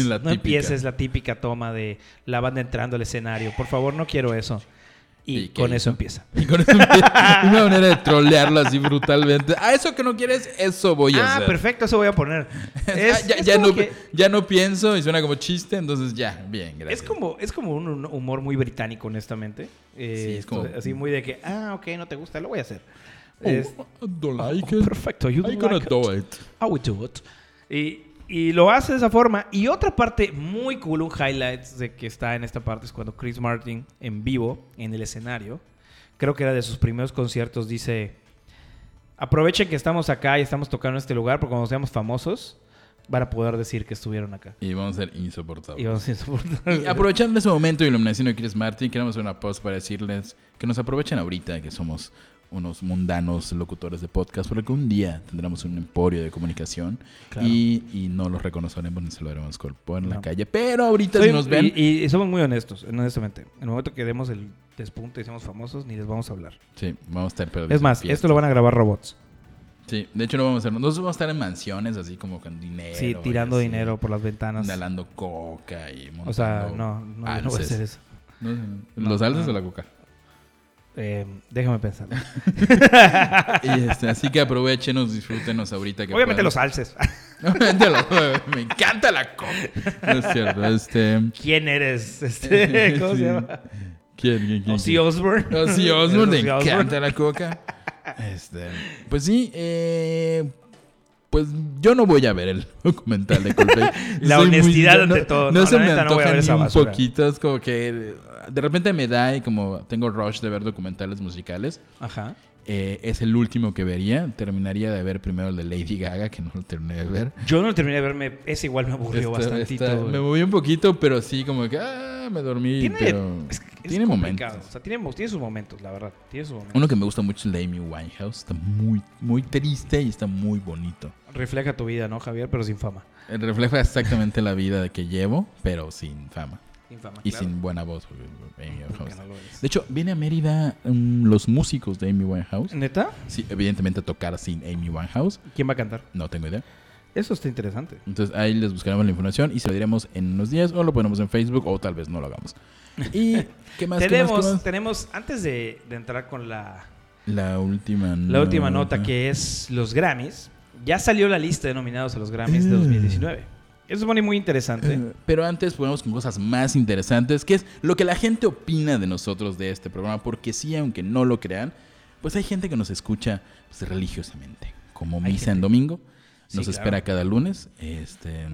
la no típica. empieces la típica toma de la banda entrando al escenario. Por favor, no quiero eso. Y ¿Y qué con hizo? eso empieza. Y con eso empieza- una manera de trolearlo así brutalmente. Ah, eso que no quieres, eso voy a Ah, hacer. perfecto, eso voy a poner. Ah, Es, ya, es ya como no, que- ya no pienso y suena como chiste, entonces ya, bien, gracias. Es como, es como un un humor muy británico, honestamente. Eh, Sí, es como- entonces, Así muy de que, ah, ok, no te gusta, lo voy a hacer. Oh, Es- I don't like oh, it. perfecto, you I'm don't gonna like it. do it. I would do it. Y, y lo hace de esa forma. Y otra parte muy cool, un highlight de que está en esta parte es cuando Chris Martin en vivo, en el escenario, creo que era de sus primeros conciertos, dice, aprovechen que estamos acá y estamos tocando en este lugar porque cuando seamos famosos van a poder decir que estuvieron acá. Y vamos a ser insoportables. Y vamos a Y insoportar. aprovechando ese momento de iluminación de Chris Martin, queremos hacer una pausa para decirles que nos aprovechen ahorita que somos unos mundanos locutores de podcast, porque un día tendremos un emporio de comunicación y, y no los reconoceremos ni se lo haremos cuerpo en la No. calle. Pero ahorita Soy- si nos ven, Y, y somos muy honestos, honestamente. En el momento que demos el despunte y seamos famosos, ni les vamos a hablar. sí, vamos a estar pero Es más, fiesta. esto lo van a grabar robots. Sí, de hecho no vamos a hacer, nosotros vamos a estar en mansiones así como con dinero. Sí, y tirando así, dinero por las ventanas. Inhalando coca y O sea, montando no, no, yo no voy a alces. hacer eso. No, no, no. ¿Los alces o la coca? Eh, déjame pensar. Y, este, así que aprovechenos, disfrútenos ahorita que Obviamente puedan. los alces. Obviamente los- Me encanta la coca. No es cierto, este. ¿Quién eres? Este, ¿Cómo sí. se llama? ¿Quién? ¿Quién? quién? Ozzy quién? Ozzy Osbourne. Osbourne, Ozzy le Osbourne. encanta la coca. Este, pues sí, eh, pues yo no voy a ver el documental de Coldplay. La Soy muy- honestidad no- ante todo. No, No, se la me neta, no voy antoja a ver ni esa un basura. poquito, es como que eh, de repente me da y como tengo rush de ver documentales musicales. Ajá. eh, es el último que vería. Terminaría de ver primero el de Lady Gaga, que no lo terminé de ver. Yo no lo terminé de verme. Ese igual me aburrió Está- bastantito. está- güey. Este, me moví un poquito, pero sí, como que ah, me dormí. Tiene, pero es que es tiene complicado. momentos. O sea, tiene, tiene sus momentos, la verdad. Tiene sus momentos. Uno que me gusta mucho es el de Amy Winehouse. Está muy, muy triste y está muy bonito. Refleja tu vida, ¿no, Javier? Pero sin fama. Eh, Refleja exactamente la vida de que llevo, pero sin fama. Sin fama, Y claro. sin buena voz. porque Amy Porque Winehouse. no lo es. De hecho, viene a Mérida mm, los músicos de Amy Winehouse. ¿Neta? Sí, evidentemente a tocar sin Amy Winehouse. ¿Quién va a cantar? No tengo idea. Eso está interesante. Entonces ahí les buscaremos la información y se lo diremos en unos días o lo ponemos en Facebook o tal vez no lo hagamos. ¿Y qué más? qué más, qué tenemos, más? tenemos, antes de, de entrar con la, La última nota. Eh, la última nota que es los Grammys, ya salió la lista de nominados a los Grammys de Eh. 2019. Eso es muy interesante. Eh, Pero antes ponemos con cosas más interesantes, que es lo que la gente opina de nosotros de este programa, porque sí, aunque no lo crean, pues hay gente que nos escucha pues, religiosamente, como misa en domingo, Sí, nos claro. espera cada lunes, este,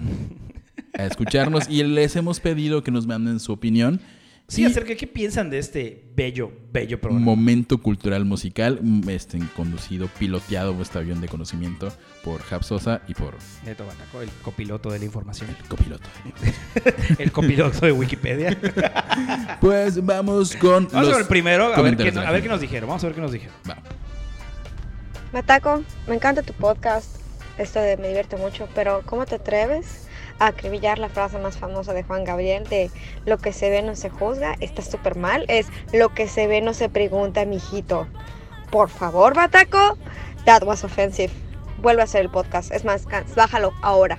a escucharnos y les hemos pedido que nos manden su opinión. Sí, Y- acerca de qué piensan de este bello, bello programa. momento cultural musical mm, este, conducido, piloteado por este avión de conocimiento por Jab Sosa y por Neto Bataco, el copiloto de la información. copiloto. El copiloto de Wikipedia. Pues vamos con Vamos los con el primero, a ver, qué, comentarios de la a ver gente. qué nos dijeron. Vamos a ver qué nos dijeron. Va. Mataco, me encanta tu podcast. Esto de me divierte mucho, pero ¿cómo te atreves a acribillar la frase más famosa de Juan Gabriel de lo que se ve no se juzga? Está súper mal. Es lo que se ve no se pregunta, mijito. Por favor, Mataco, that was offensive. Vuelve a hacer el podcast. Es más, can- bájalo ahora.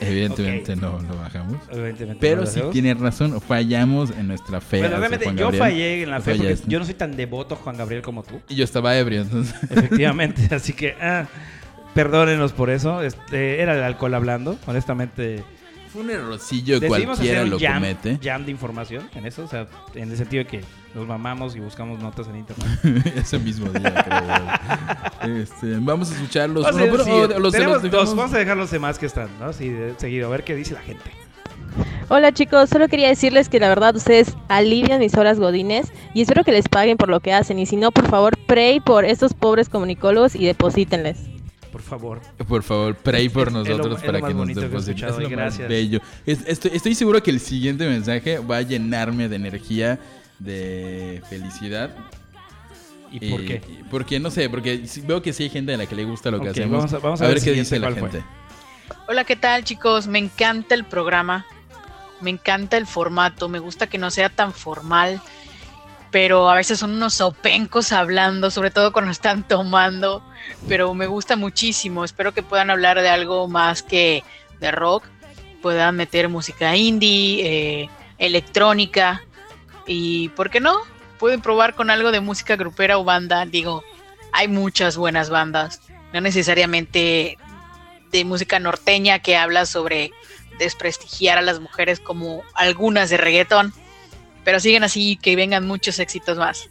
Evidentemente no lo bajamos. Evidentemente, no Pero lo sí hacemos. tiene razón, fallamos en nuestra fe. Bueno, hacia realmente Juan yo Gabriel. fallé en la Tú fe porque fallaste. yo no soy tan devoto a Juan Gabriel como tú. Y yo estaba ebrio, entonces. Efectivamente, así que ah, perdónenos por eso. Este, era el alcohol hablando, honestamente. Fue un errorcillo, Decidimos cualquiera hacer un lo jam, comete. jam de información en eso, o sea, en el sentido de que nos mamamos y buscamos notas en internet. Ese mismo día, creo. Este, vamos a escuchar los Vamos a uno, pero- decir, o de- los- tenemos los- dos, vamos a dejar los demás que están, ¿no? Así de seguido, a ver qué dice la gente. Hola chicos, solo quería decirles que la verdad ustedes alivian mis horas godines y espero que les paguen por lo que hacen y si no, por favor, pray por estos pobres comunicólogos y deposítenles. Por favor. Por favor, pray por Es- es lo- nosotros es lo para más que nos bonito que he depositen. escuchado, Es lo más gracias. bello. Es- estoy, estoy seguro que el siguiente mensaje va a llenarme de energía, de felicidad. ¿Y por qué? y- Porque no sé, porque sí- veo que sí hay gente a la que le gusta lo que Ok, hacemos. vamos a- vamos a ver, ver el qué siguiente, dice la ¿cuál fue? gente. Hola, ¿qué tal chicos? Me encanta el programa, me encanta el formato, me gusta que no sea tan formal, pero a veces son unos sopencos hablando, sobre todo cuando están tomando, pero me gusta muchísimo, espero que puedan hablar de algo más que de rock, puedan meter música indie, eh, electrónica, Y, ¿por qué no? Pueden probar con algo de música grupera o banda. Digo, hay muchas buenas bandas. No necesariamente de música norteña que habla sobre desprestigiar a las mujeres como algunas de reggaetón. Pero siguen así, que vengan muchos éxitos más.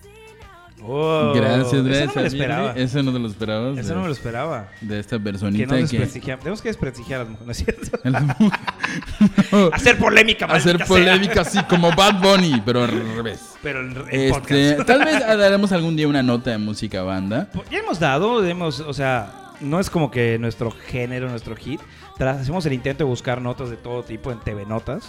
Oh, Gracias, Eso gracias. no me lo Mire, esperaba. Eso no te lo esperabas. Eso de, no me lo esperaba. de esta Que personita no que. desprestigiamos. Tenemos que desprestigiar a las mujeres, ¿no es cierto? No, Hacer polémica, hacer maldita sea. polémica así como Bad Bunny, pero al revés. Pero en, en Este, podcast. tal vez daremos algún día una nota de música banda. Pues, Ya hemos dado, hemos, o sea, no es como que nuestro género, nuestro hit. Tras hacemos el intento de buscar notas de todo tipo en TV Notas.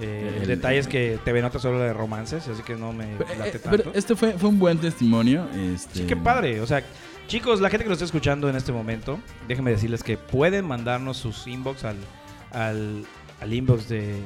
Eh, El- el detalle es que TV Notas solo de romances, así que no me Pero, late eh, tanto. pero este fue, fue un buen testimonio. Este, Sí, qué padre. O sea, chicos, la gente que nos está escuchando en este momento, déjenme decirles que pueden mandarnos sus inbox al, al, al inbox de,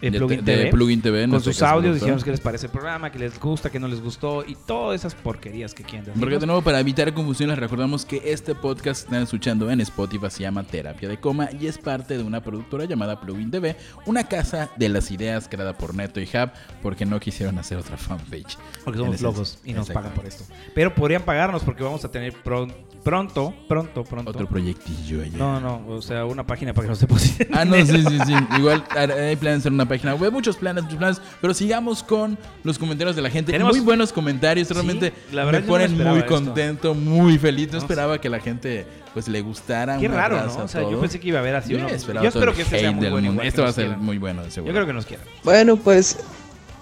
de De, Plugin de TV. Plugin TV, con nuestro sus caso audios, productor. diciéndonos qué les parece el programa, qué les gusta, qué no les gustó y todas esas porquerías que quieren decir. Porque de nuevo, para evitar confusión, les recordamos que este podcast que están escuchando en Spotify se llama Terapia de Coma y es parte de una productora llamada Plugin TV, una casa de las ideas creada por Neto y Hub, porque no quisieron hacer otra fanpage. Porque En somos esencia. locos y nos pagan Exactamente. por esto. Pero podrían pagarnos porque vamos a tener pron- pronto, pronto, pronto. Otro proyectillo allá. no, no, o sea, una página para que nos depositen. Ah, no, sí, sí, sí. Igual ah, hay planes en una página web, muchos planes, muchos planes. Pero sigamos con los comentarios de la gente. Tenemos- Muy buenos comentarios, realmente la me verdad yo no me ponen esperaba muy esto. contento, muy feliz. No, No, esperaba que la gente pues le gustara. Qué un raro, abrazo ¿no? a O sea, yo todos. pensé que iba a haber así Yo, uno. esperaba Yo todo espero el que este sea hate muy del bueno. mundo. igual Este que va a nos ser quieran. muy bueno, de seguro. Yo creo que nos quieran. Bueno, pues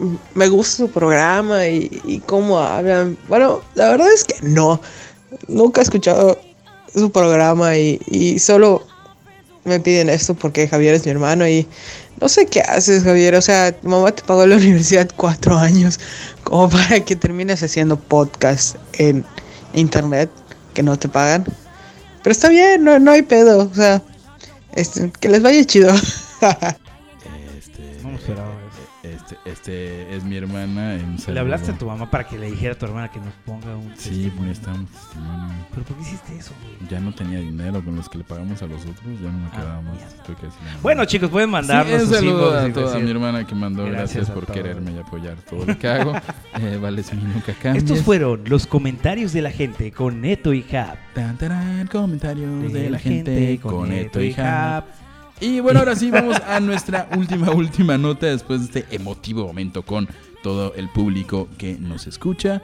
m- me gusta su programa y, y cómo hablan. Bueno, la verdad es que no. Nunca he escuchado su programa y, y solo me piden esto porque Javier es mi hermano y no sé qué haces, Javier. O sea, tu mamá te pagó la universidad cuatro años como para que termines haciendo podcast en internet que no te pagan. Pero está bien, no, no hay pedo. O sea, este, que les vaya chido. Este, No me esperaba eso. este, este es mi hermana. un Le saludo. hablaste a tu mamá para que le dijera a tu este? hermana que nos ponga un. Sí, pues estaba un testimonio. ¿Pero por qué hiciste eso, güey? Ya no tenía dinero con los que le pagamos a los otros, ya no me Ah, quedaba más. mierda. Tuve que decirle a mi Bueno, hermana. chicos, pueden Sí, mandarnos un sus saludo inbox a y toda decir, mi hermana que mandó Gracias gracias, a por todos. quererme y apoyar todo lo que hago. eh, vales mi nunca cambies. Estos fueron los comentarios de la gente con Neto y Hub. Tan, tarán, comentarios de la gente, con esto y Jap. Hub. Y bueno, ahora sí vamos a nuestra última, última nota después de este emotivo momento con todo el público que nos escucha.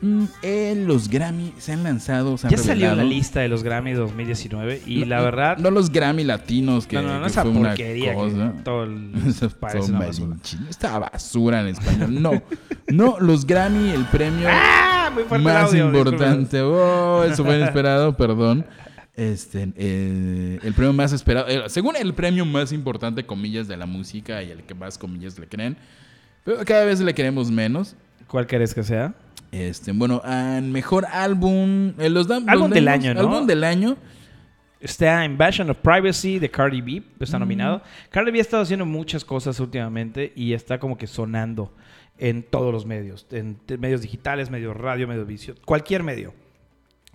Mm, eh, los Grammy se han lanzado, se han Ya salió la revelado. lista de los Grammy 2019 y No, la verdad. No los Grammy latinos que, no, no, no que esa fue una porquería que cosa. todo el- Eso parece todo una malinche. basura. Esta basura en español. No, no, los Grammy, el premio Ah, muy fuerte el más audio, importante. Oh, eso fue inesperado, perdón. Este, eh, el premio más esperado, eh, según el premio más importante, comillas, de la música y el que más comillas le creen, pero cada vez le queremos menos. disculpen. ¿Cuál querés que sea? Este, bueno, al mejor álbum, eh, los dan- los Álbum del damos- año, ¿no? Álbum del año. Está Invasion of Privacy de Cardi B, Mm. está nominado. Cardi B ha estado haciendo muchas cosas últimamente y está como que sonando en todos los medios, en t- medios digitales, medio radio, medio visión, cualquier medio.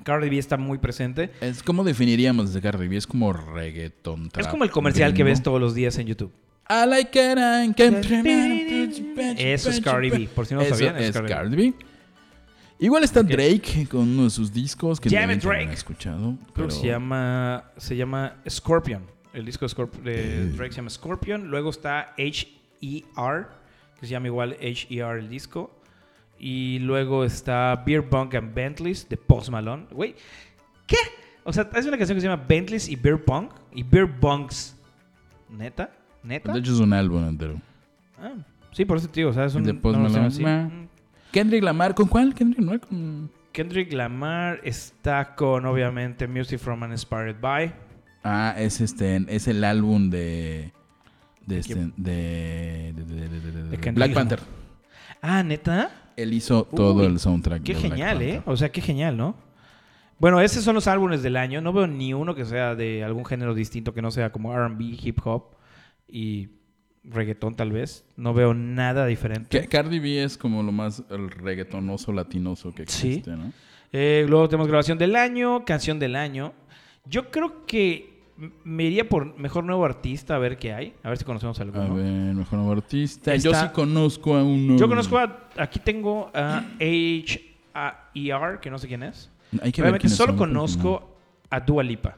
Cardi B está muy presente. Es como definiríamos de Cardi B, es como reggaeton. Es trap, como el comercial que ritmo. ves todos los días en YouTube. I like it, I can- Eso es Cardi B, por si no lo Eso sabían, es es Cardi B. Cardi B. Igual está Drake con uno de sus discos que Damn no it, Drake. he escuchado. Creo Pero que se llama, se llama Scorpion. El disco de, Scorp- de Drake se llama Scorpion. Luego está H.E.R., que se llama igual H.E.R. el disco. Y luego está Beer Punk and Bentleys de Post Malone. Güey, ¿qué? O sea, es una canción que se llama Bentleys y Beer Punk. Y Beer Bunks. ¿Neta? ¿Neta? Pues De hecho es un álbum entero. Ah, sí, por eso te digo. O sea, es un... De Post una canción Malone. así. Mm. Kendrick Lamar, ¿con cuál? Kendrick Lamar con... Kendrick Lamar está con, obviamente, Music from and Inspired By. Ah, es este, es el álbum de... De, este, quién? de, de- de- de- de- de- De Kendrick Black Lamar. Panther. Ah, ¿neta? Él hizo todo Uy, el soundtrack. Qué de Black genial, ¿eh? Panther. O sea, qué genial, ¿no? Bueno, esos son los álbumes del año. No veo ni uno que sea de algún género distinto, que no sea como RB, hip hop y reggaetón tal vez. No veo nada diferente. Que Cardi B es como lo más el reggaetonoso latinoso que Sí. existe, ¿no? Eh, luego tenemos grabación del año, canción del año. Yo creo que m- me iría por mejor nuevo artista a ver qué hay. A ver si conocemos A alguno. ver, mejor nuevo artista. Yo Está- sí conozco a uno. Yo conozco a. Aquí tengo a H.A.E.R., que no sé quién es. Hay que ver Obviamente quiénes solo son, porque conozco a Dua Lipa.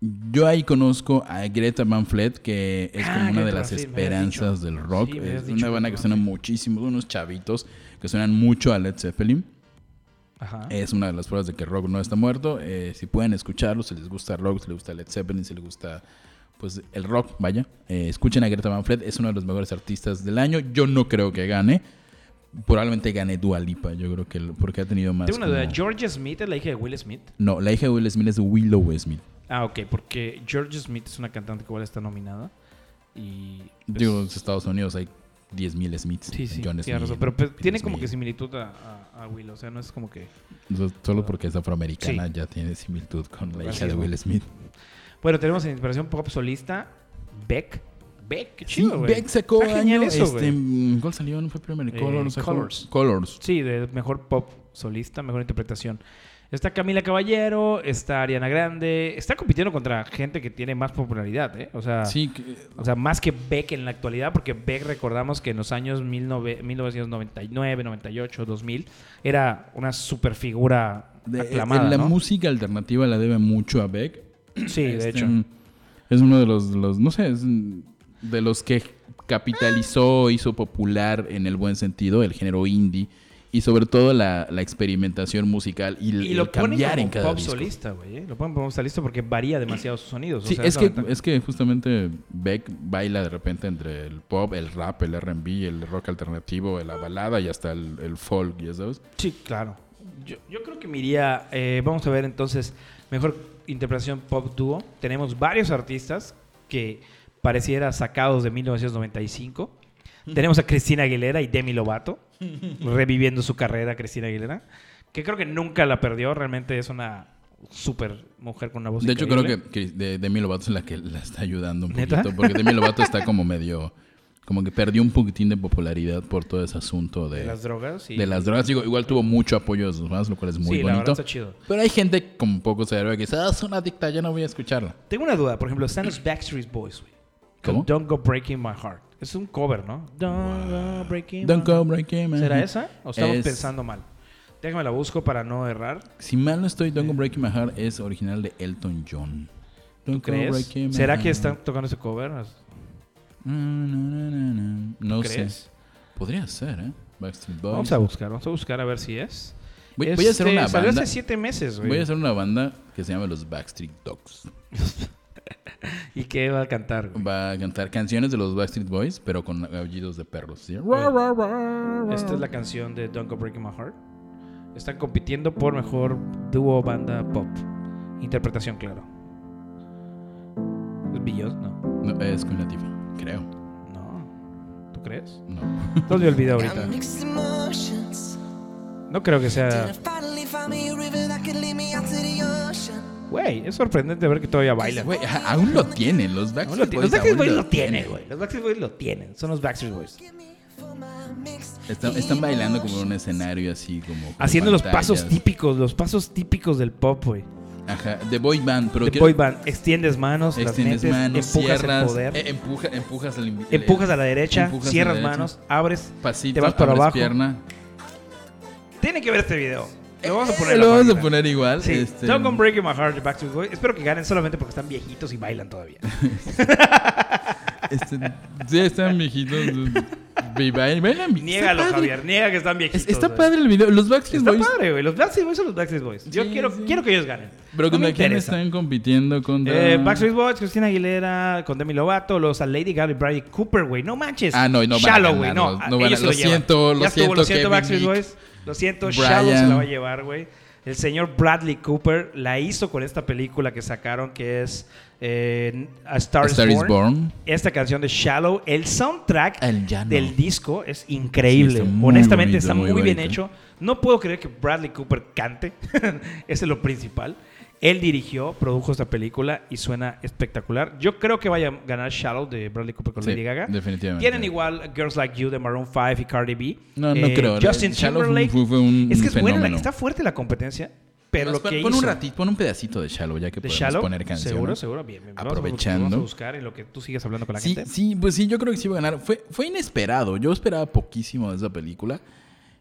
Yo ahí conozco a Greta Van Fleet, que es Ah, como una de Greta las Van Fleet, me habías esperanzas del rock. Sí, me habías es dicho una banda que Greta Van suena muchísimo, unos chavitos que suenan mucho a Led Zeppelin. Ajá. Es una de las pruebas de que rock no está muerto. Eh, si pueden escucharlo, si les gusta rock, si les gusta Led Zeppelin, si les gusta pues el rock, vaya. eh, escuchen a Greta Van Fleet, es uno de los mejores artistas del año. Yo no creo que gane. Probablemente gane Dua Lipa, yo creo que el- porque ha tenido más. Tengo una duda. como- ¿George Smith es la hija de Will Smith? No, la hija de Will Smith es Willow Smith. Ah, ok, porque George Smith es una cantante que igual está nominada. Y. pues, Digo, en los Estados Unidos hay 10.000 Smiths. Sí, sí, John tiene Smith, razón, pero pues, Will tiene como Smith. que similitud a, a- a Will, o sea, no es como que... So- Solo porque es afroamericana Sí. ya tiene similitud con la hija Racismo. de Will Smith. Bueno, tenemos en inspiración pop solista, Beck. Beck, qué Sí, chido, güey. Beck sacó Está genial año, eso, este, güey. mm, ¿Cuál salió? ¿No fue primero? Eh, Colors. sacó- Colors. Colors. Sí, de mejor pop solista, mejor interpretación. Está Camila Caballero, está Ariana Grande, está compitiendo contra gente que tiene más popularidad, ¿eh? O sea, Sí, que- o sea más que Beck en la actualidad, porque Beck recordamos que en los años 19- 1999, 98, 2000, era una super figura de- aclamada, en la ¿no? música alternativa la debe mucho a Beck. Sí, de Este, hecho. Es uno de los, de los- no sé, es de los que capitalizó, hizo popular en el buen sentido el género indie y sobre todo la, la experimentación musical y, el- Y lo el ponen cambiar como en cada pop disco. solista, güey. ¿eh? Lo ponen como pop solista porque varía demasiado sus sonidos. o Sí, sea, es esa que, ventaja. es que justamente Beck baila de repente entre el pop, el rap, el R&B, el rock alternativo, la balada y hasta el, el folk, ¿ya sabes? Sí, claro. Yo, yo creo que me iría... eh, vamos a ver entonces mejor interpretación pop dúo. Tenemos varios artistas que pareciera sacados de 1995. Tenemos a Cristina Aguilera y Demi Lovato reviviendo su carrera, Cristina Aguilera, que creo que nunca la perdió. Realmente es una super mujer con una voz de hecho, increíble. creo que, que de, Demi Lovato es la que la está ayudando un ¿Neta? poquito. Porque Demi Lovato está como medio... Como que perdió un poquitín de popularidad por todo ese asunto de, De las drogas. y- de las drogas. Digo, igual tuvo mucho apoyo de sus fans, lo cual es muy sí, la verdad bonito. está chido. Pero hay gente con poco cerebro que dice, ah, es una adicta, ya no voy a escucharla. Tengo una duda, por ejemplo, están los Backstreet Boys, güey. Con ¿Cómo? Don't Go Breaking My Heart. Es un cover, ¿no? Don't Go Breaking Don't My go Heart. breaking my ¿Será heart. esa? ¿O estamos Es- pensando mal? Déjame la busco para no errar. Si mal no estoy, Don't Go Breaking My Heart es original de Elton John. Don't ¿Tú Go crees? Breaking My ¿Será que Heart. están tocando ese cover? Na, na, na, na, na. No ¿Crees? sé. Podría ser, ¿eh? Backstreet Boys. Vamos a buscar, vamos a buscar a ver si es. Voy- voy a hacer Este, una Salió banda. hace siete meses, güey. Voy a hacer una banda que se llama los Backstreet Dogs. ¿Y qué va a cantar? güey? Va a cantar canciones de los Backstreet Boys, pero con aullidos de perros. ¿sí? Esta es la canción de Don't Go Breaking My Heart. Están compitiendo por mejor dúo banda pop. Interpretación, claro. ¿Es Beyoncé? No. No, es con Latifah, creo. No. ¿Tú crees? No. Todo me olvidó ahorita. No creo que Ah. sea. Güey, es sorprendente ver que todavía baila. Güey, a- aún lo tienen. Los Aún Backstreet lo tiene. Boys. Los Backstreet aún Boys lo lo tienen, güey. Los Backstreet Boys lo tienen. Son los Backstreet Boys. Están, están bailando como en un escenario así, como. con Haciendo los pasos pantallas. típicos, los pasos típicos del pop, güey. Ajá, de boy band, pero De quiero- boy band. Extiendes manos, Extiendes las metes, manos, empujas el Este, cierras, poder. eh, empuja- empujas el invi- Empujas el- a la derecha, empujas a la cierras derecha, manos, abres. pasito, te vas para abres abajo. Pierna. Tiene que ver este video. Lo vamos a poner. Eh, en lo la vamos a página. poner igual. Sí. este, Don't Come Breaking My Heart, de Backstreet Boys. Espero que ganen solamente porque están viejitos y bailan todavía. este, sí, están viejitos. Ve- ve- vean, Niégalo, está padre. Javier. Niega que están viejitos. Es- está güey. padre el video. Los Backstreet Está Boys. padre, güey. Los Backstreet Boys son los Backstreet Boys. Yo Sí, quiero, sí. quiero que ellos ganen. Pero no con me quién interesa. están compitiendo contra. Eh, Backstreet Boys, Cristina Aguilera, con Demi Lovato, los a Lady Gaga y Bradley Cooper, güey. No manches. Ah, no, y no van a Shallow, güey. ganar, No, los- a- no van a- ellos se lo llevan. siento, lo ya estuvo, siento, lo siento, Kevin, Backstreet Nick, Boys. Lo siento, Shallow se Brian. la va a llevar, güey. El señor Bradley Cooper la hizo con esta película que sacaron que es eh, A Star, A Star is is Born. Born. Esta canción de Shallow, el soundtrack El llano. del disco es increíble. Ah, Sí, está muy Honestamente bonito, está muy, muy bien bonito. hecho. No puedo creer que Bradley Cooper cante. Ese es lo principal. Él dirigió, produjo esta película y suena espectacular. Yo creo que vaya a ganar Shallow de Bradley Cooper con Sí, Lady Gaga. definitivamente. Tienen igual Girls Like You de Maroon 5 y Cardi B. Eh, No, no creo. Justin Shallow fue- Timberlake. fue- fue un es que es buena, la- fenómeno. está fuerte la competencia. Pero lo pon, que pon un hizo- ratito, pon un pedacito de Shallow, ya que ¿De podemos Shallow? poner canciones. Seguro, seguro. Bien, bien. Vamos a- Vamos Aprovechando. a buscar en lo que tú sigas hablando con la sí, gente. sí, pues sí, yo creo que sí iba a ganar. Fue, fue inesperado. Yo esperaba poquísimo de esa película.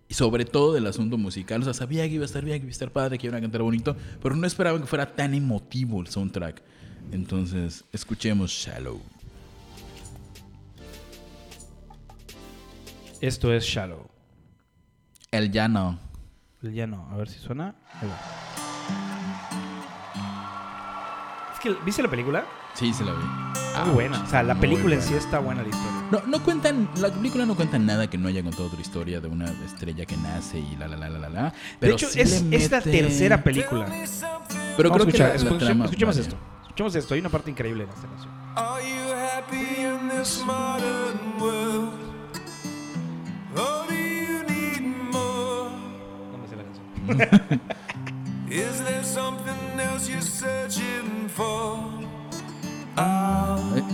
Y sobre todo del asunto musical. O sea, sabía que iba a estar bien, que iba a estar padre, que iban a cantar bonito. Pero no esperaba que fuera tan emotivo el soundtrack. Entonces, escuchemos Shallow. Esto es Shallow. El llano. Pues Ya no, a ver si suena. Ahí va. Es que, ¿viste la película? Sí, se la vi. Ah, Muy buena. O sea, la Muy película en buena. sí está buena la historia. No, no cuentan, la película no cuenta nada que no haya contado otra historia de una estrella que nace y la la la la la la. Pero de hecho, sí es, le es la mete- tercera película. Pero creo Vamos a escuchar, que la- la escuchemos- trama escuchemos varía. esto. Escuchemos esto, hay una parte increíble en esta canción. Are you happy in this modern world? Or do you need more? No me sé la canción. Is there something else you're searching for? Es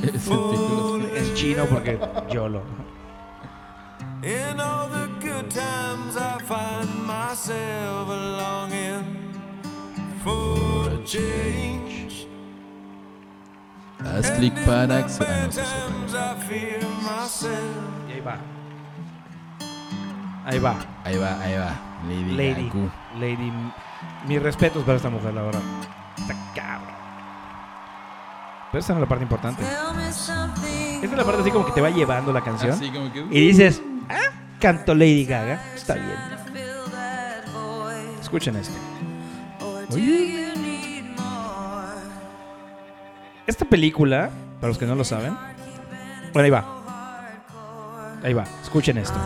el título. Es chino porque yo lo. In all the good times, I find myself longing for a change. Haz clic para acce- ah, no, esa es otra. Sometimes I fear myself. Y ahí va. Ahí va. Ahí va, ahí va. Lady, Lady. Gaga. Lady. m- Mis respetos para esta mujer, la verdad. Está cabrón. Pero esa no es la parte importante. Esta es la parte así como que te va llevando la canción. Así como que. Y dices, ah, canto Lady Gaga. Está bien. Escuchen esto. Oye. Esta película, para los que no lo saben. Bueno, ahí va. Ahí va. Escuchen esto.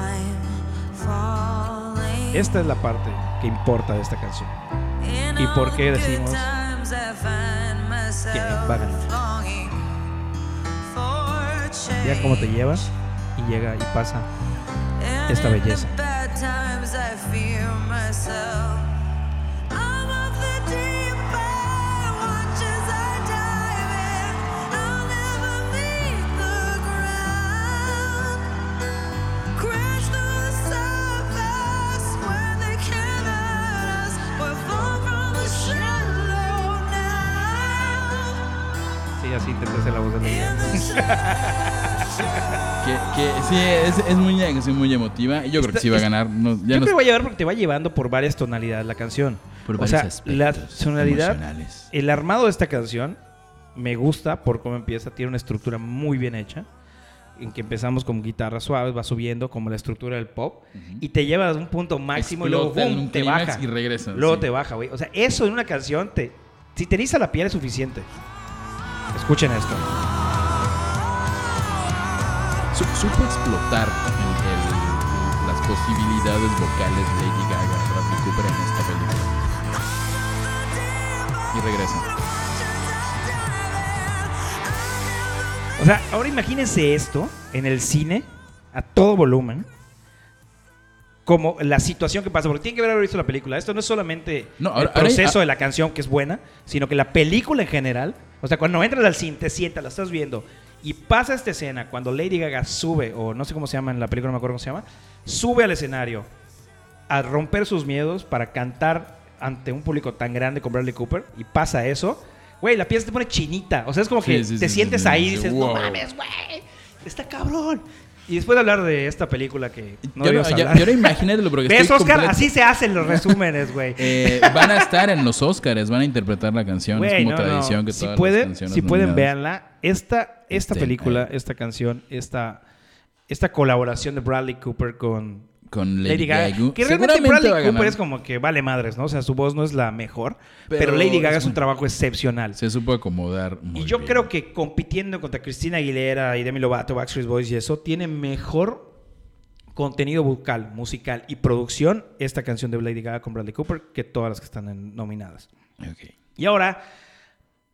Esta es la parte que importa de esta canción. ¿Y por qué decimos que va a ganar? Ya cómo te llevas y llega y pasa esta belleza. Sí, así intenté hacer la voz de Lady Gaga. Que, que sí, es, es muy, una canción muy emotiva. Y yo creo que sí va a ganar. No, ya Yo nos- creo que va a llevar porque te va llevando por varias tonalidades la canción. por o varios sea, aspectos la tonalidad, emocionales. el armado de esta canción me gusta por cómo empieza. Tiene una estructura muy bien hecha. En que empezamos con guitarras suaves, va subiendo como la estructura del pop. Y te lleva a un punto máximo Explota y en luego un boom, te clímax baja. y regresa, Luego sí. te baja, güey. O sea, eso en una canción te. Si te eriza la piel es suficiente. Escuchen esto. Su- supo explotar el- el- las posibilidades vocales de Lady Gaga, Bradley Cooper en esta película. Y regresa. O sea, ahora imagínense esto en el cine a todo volumen. Como la situación que pasa, porque tiene que haber visto la película. Esto no es solamente No, ahora- el ahora- proceso ah- de la canción que es buena, sino que la película en general. O sea, cuando entras al cine, te sientas, la estás viendo y pasa esta escena cuando Lady Gaga sube, o no sé cómo se llama en la película, no me acuerdo cómo se llama, sube al escenario a romper sus miedos para cantar ante un público tan grande como Bradley Cooper y pasa eso, güey, la pieza te pone chinita. O sea, es como Sí, que sí, te sí, sientes sí, sí, ahí y sí, dices, wow. no mames, güey, está cabrón. Y después de hablar de esta película que no yo, debíamos ya- hablar. yo ahora imagínatelo porque ¿Ves, estoy Oscar? completo- Así se hacen los resúmenes, güey. Eh, van a estar en los Oscars, van a interpretar la canción. es Güey, como no, no. tradición que si todas las pueden, canciones si pueden nominadas- eh. véanla. Esta, esta Estén película, ahí. esta canción, esta, esta colaboración de Bradley Cooper con Con Lady, Lady Gaga. Que realmente Seguramente va a Bradley ganar. Cooper es como que vale madres, ¿no? O sea, su voz no es la mejor, pero, Pero Lady Gaga es es un buena. trabajo excepcional. Se supo acomodar. muy y yo bien. creo que compitiendo contra Cristina Aguilera y Demi Lovato, Backstreet Boys y eso, tiene mejor contenido vocal, musical y producción esta canción de Lady Gaga con Bradley Cooper que todas las que están en- nominadas. Ok. Y ahora,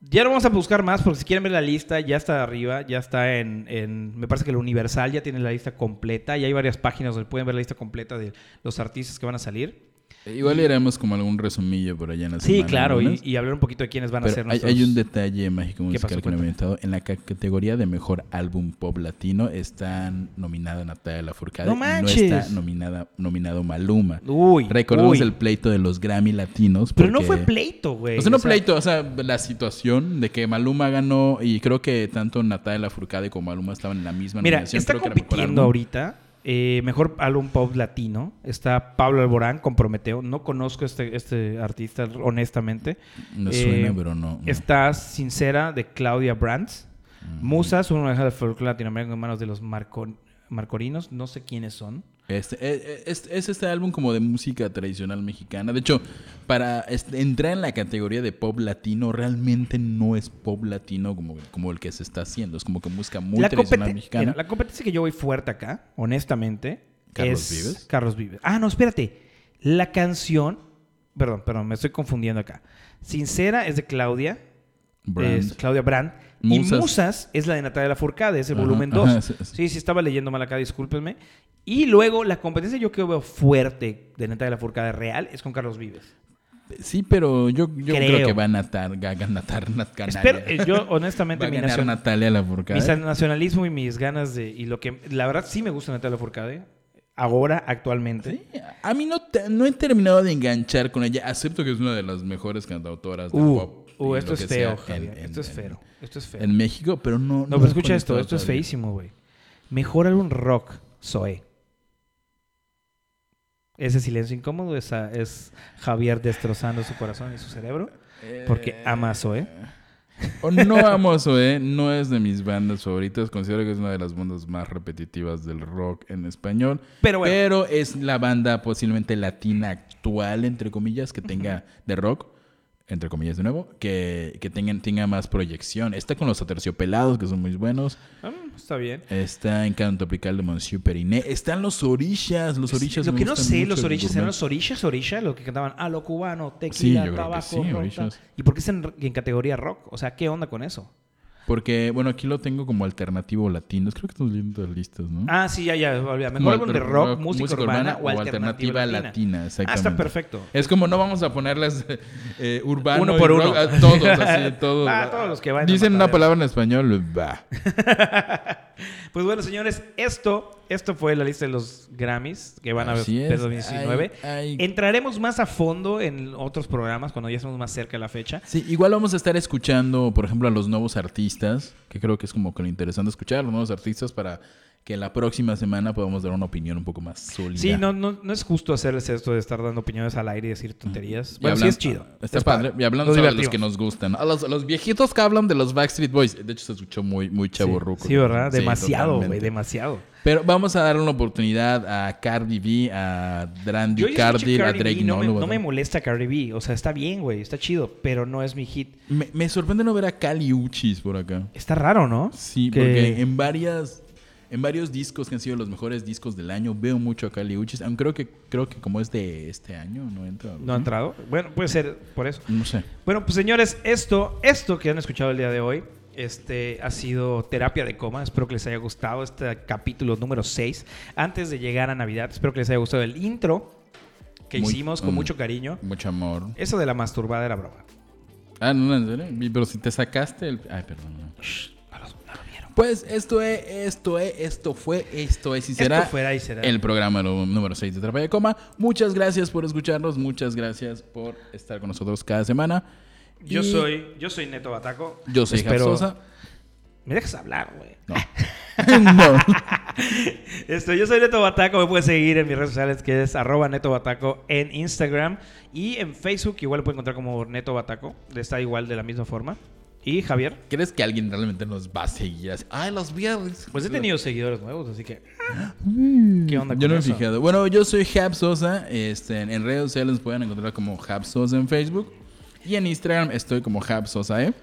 ya no vamos a buscar más porque si quieren ver la lista, ya está arriba, ya está en, en- me parece que el Universal ya tiene la lista completa y hay varias páginas donde pueden ver la lista completa de los artistas que van a salir. Igual iremos como algún resumillo por allá en la Sí, semana, claro, y, algunas. y hablar un poquito de quiénes van a Pero ser hay, nuestros- hay un detalle mágico ¿Qué pasó? musical que no había notado. En la ca- categoría de mejor álbum pop latino están nominada Natalia Lafourcade ¡No y no manches! está nominada, nominado Maluma. Uy, Recordemos uy. el pleito de los Grammy latinos. Pero no porque- fue pleito, güey, O sea, no o sea- pleito, o sea, la situación de que Maluma ganó y creo que tanto Natalia Lafourcade como Maluma estaban en la misma Mira, nominación. está creo que era mejor compitiendo álbum. ahorita. eh, mejor álbum pop latino. Está Pablo Alborán con Prometeo. No conozco este, este artista, honestamente. Eh, Me suena, pero no, no. Está Sincera de Claudia Brands. Musas, una de las folclore latinoamericano en manos de los marco- marcorinos. No sé quiénes son. Este, eh, eh, es, es este álbum como de música tradicional mexicana. De hecho, para este, entrar en la categoría de pop latino, realmente no es pop latino como, como el que se está haciendo. Es como que música muy la, tradicional competi- mexicana. mira, la competencia que yo voy fuerte acá, honestamente, ¿Carlos es Vives? Carlos Vives. Ah, no, espérate. La canción, perdón, perdón, me estoy confundiendo acá. Sincera es de Claudia, Brand. es Claudia Brand. Musas. Y Musas es la de Natalia Lafourcade, es el Ajá, volumen ajá, 2. sí, sí. Sí, sí, estaba leyendo mal acá, discúlpenme. Y luego la competencia yo que veo fuerte de Natalia Lafourcade real es con Carlos Vives. Sí, pero yo, yo creo. Creo. que va a natar, ga- ga- natar, nat- ganar. Espero, eh, yo honestamente Va a mi ganar nacion- Natalia Lafourcade. Mi nacionalismo y mis ganas de. Y lo que. La verdad sí me gusta Natalia Forcade. Ahora, actualmente. A mí no, te- no he terminado de enganchar con ella. Acepto que es una de las mejores cantautoras de Uh, pop. y uh, esto lo es que sea feo, Javier. en- Esto es en- feo. Esto es feo. En México, pero no. No, me pero he escucha esto, conectado esto es todavía. feísimo, güey. Mejor álbum rock, Zoe. Ese silencio incómodo es, a- es Javier destrozando su corazón y su cerebro porque ama a Zoe. O no amo a Zoé, no es de mis bandas favoritas. Considero que es una de las bandas más repetitivas del rock en español. Pero bueno. Pero es la banda posiblemente latina actual, entre comillas, que tenga de rock, entre comillas de nuevo, que, que tenga, tenga más proyección. Está con los aterciopelados, que son muy buenos. Mm, está bien. Está en Canto Tropical de Monsieur Periné. Están los orishas, los orishas. Lo me que no gustan sé, mucho, los orishas, gourmet. ¿eran los orishas, orishas? Los que cantaban a lo cubano, Sí, yo tequila, creo que tabaco, sí, ronda". orishas. ¿Y por qué es en, en categoría rock? O sea, ¿qué onda con eso? Porque, bueno, aquí lo tengo como alternativo latino. Creo que estamos viendo las listas, ¿no? Ah, sí, ya, ya, olvidé. Como Mejor álbum de alter- rock, música, urbana, o alternativa latina, Ah, exactamente. está perfecto. Es como no vamos a ponerlas eh, urbano Uno por y uno. rock, a todos, así, todos. Ah, todos los que vayan a Dicen una matadero. palabra en español, va. Pues bueno, señores, esto, esto fue la lista de los Grammys que van Así a es. ver de 2019. Ay, ay. Entraremos más a fondo en otros programas cuando ya estemos más cerca de la fecha. Sí, igual vamos a estar escuchando, por ejemplo, a los nuevos artistas, que creo que es como que lo interesante escuchar a los nuevos artistas para que la próxima semana podamos dar una opinión un poco más sólida. Sí, no, no, no es justo hacerles esto de estar dando opiniones al aire y decir tonterías. Mm. Y Bueno, sí hablan- es chido. Está Es padre. Y hablando Nos sobre los que divertimos. nos gustan. A los, a los viejitos que hablan de los Backstreet Boys. De hecho, se escuchó muy, muy chaborruco. Sí, ¿verdad? Sí, demasiado, güey, totalmente. demasiado. Pero vamos a darle una oportunidad a Cardi B, a Yo Randy ya escuché Cardi, a Cardi B, Drake no, me, lo no me voy molesta Cardi B. O sea, está bien, güey, está chido, pero no es mi hit. a- me, me sorprende no ver a Cali Uchis por acá. Está raro, ¿no? Sí, Que- porque en varias en varios discos que han sido los mejores discos del año veo mucho a Cali Uchis, aunque creo que creo que como es de este año no entra. ¿No ha entrado? Bueno, puede ser por eso. No sé. Bueno, pues señores, esto, esto que han escuchado el día de hoy, este ha sido terapia de coma. Espero que les haya gustado este capítulo número 6. Antes de llegar a Navidad, espero que les haya gustado el intro que Muy- hicimos con mm. mucho cariño. Mucho amor. Eso de la masturbada era broma. Ah, no, no, en serio. Vi, Pero si te sacaste el. Ay, perdón. no. Pues esto es, esto es, esto fue, esto es y será. Esto fuera y será. El programa nu- número 6 de Terapia de Coma. Muchas gracias por escucharnos. Muchas gracias por estar con nosotros cada semana. Yo Y soy, yo soy Neto Bataco. Yo soy Jav Espero- Sosa. Me dejas hablar, güey. No. No. Este, yo soy Neto Bataco, me pueden seguir en mis redes sociales que es arroba Neto Bataco en Instagram y en Facebook igual lo pueden encontrar como Neto Bataco, está igual de la misma forma. ¿Y Javier? ¿Crees que alguien realmente nos va a seguir así? Ay, los viernes. Pues he tenido seguidores nuevos, así que... ¿Qué onda Yo con no me he eso? fijado. Bueno, yo soy Hab Sosa. Este, en en redes sociales nos pueden encontrar como Hab Sosa en Facebook. Y en Instagram estoy como Hab Sosa, ¿eh?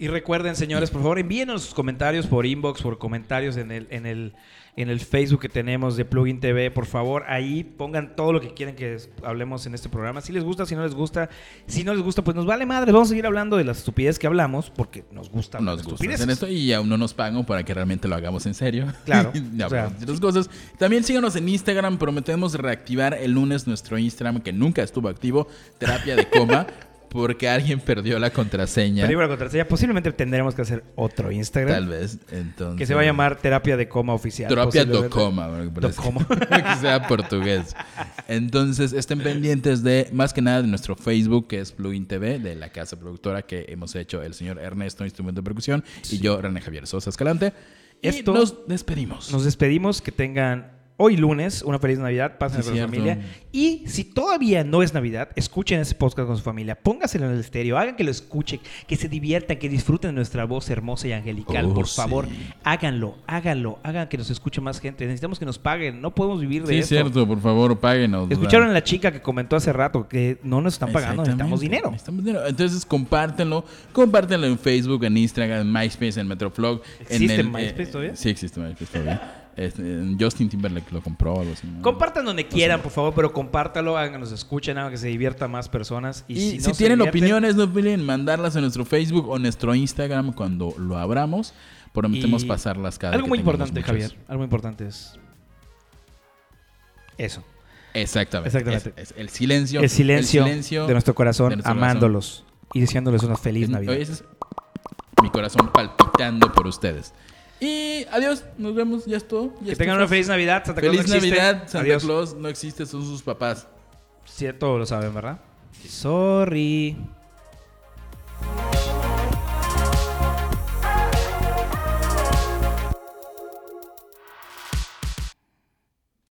Y recuerden, señores, por favor, envíenos sus comentarios por inbox, por comentarios en el, en el, en el Facebook que tenemos de Plugin TV. Por favor, ahí pongan todo lo que quieren que es- hablemos en este programa. Si les gusta, si no les gusta. Si no les gusta, pues nos vale madre. Vamos a seguir hablando de las estupidez que hablamos porque nos gusta. hablar nos de gusta hacer estupideces. esto y aún no nos pagan para que realmente lo hagamos en serio. Claro, Y o hablamos sea. de otras cosas. También síganos en Instagram. Prometemos reactivar el lunes nuestro Instagram que nunca estuvo activo, terapia de coma, porque alguien perdió la contraseña. Pero digo la contraseña, posiblemente tendremos que hacer otro Instagram. Tal vez. Entonces, Que se va a llamar terapia de coma oficial. Terapia do posiblemente. coma. bueno, que Do parece- coma. que sea portugués. Entonces, Eh. estén pendientes de, más que nada, de nuestro Facebook, que es Plugin TV, de la casa productora que hemos hecho el señor Ernesto, instrumento de percusión, y yo, René Javier Sosa Escalante. Esto- y nos despedimos. Nos despedimos, que tengan hoy lunes una feliz Navidad, pasen Sí, con su cierto. familia. Y si todavía no es Navidad, escuchen ese podcast con su familia, póngaselo en el estéreo, hagan que lo escuchen, que se diviertan, que disfruten nuestra voz hermosa y angelical, Oh, por sí. favor, háganlo, háganlo, hagan que nos escuche más gente. Necesitamos que nos paguen, no podemos vivir de Sí, esto. cierto, por favor, páguenos. Escucharon a la chica que comentó hace rato que no nos están pagando, necesitamos Exactamente. dinero. Necesitamos dinero. Entonces, compártenlo. Compártenlo en Facebook, en Instagram, en MySpace, en Metroflog. en ¿Existe el, MySpace eh, todavía? Sí, existe MySpace todavía. Este, en Justin Timberlake lo compró o algo así. ¿no? Compartan donde Pues quieran, por favor, pero compártalo, hagan que nos escuchen, hagan que se divierta más personas. Y, Y si, no se tienen divierten, opiniones, no olviden mandarlas a nuestro Facebook o nuestro Instagram cuando lo abramos. Prometemos Y pasarlas cada Algo que muy tengamos importante, muchos. Javier. Algo muy importante es. Eso. Exactamente. Exactamente. Es- es el silencio. El silencio, el silencio de nuestro corazón, de nuestro amándolos y deseándoles una feliz corazón. Navidad. Oye, ese es mi corazón palpitando por ustedes. Y adiós, nos vemos, ya es todo. ya que es tengan todo. una feliz Navidad, Santa Claus. Feliz no existe. Navidad, Santa Adiós. Claus no existe, son sus papás. Sí, todos lo saben, ¿verdad? Sorry.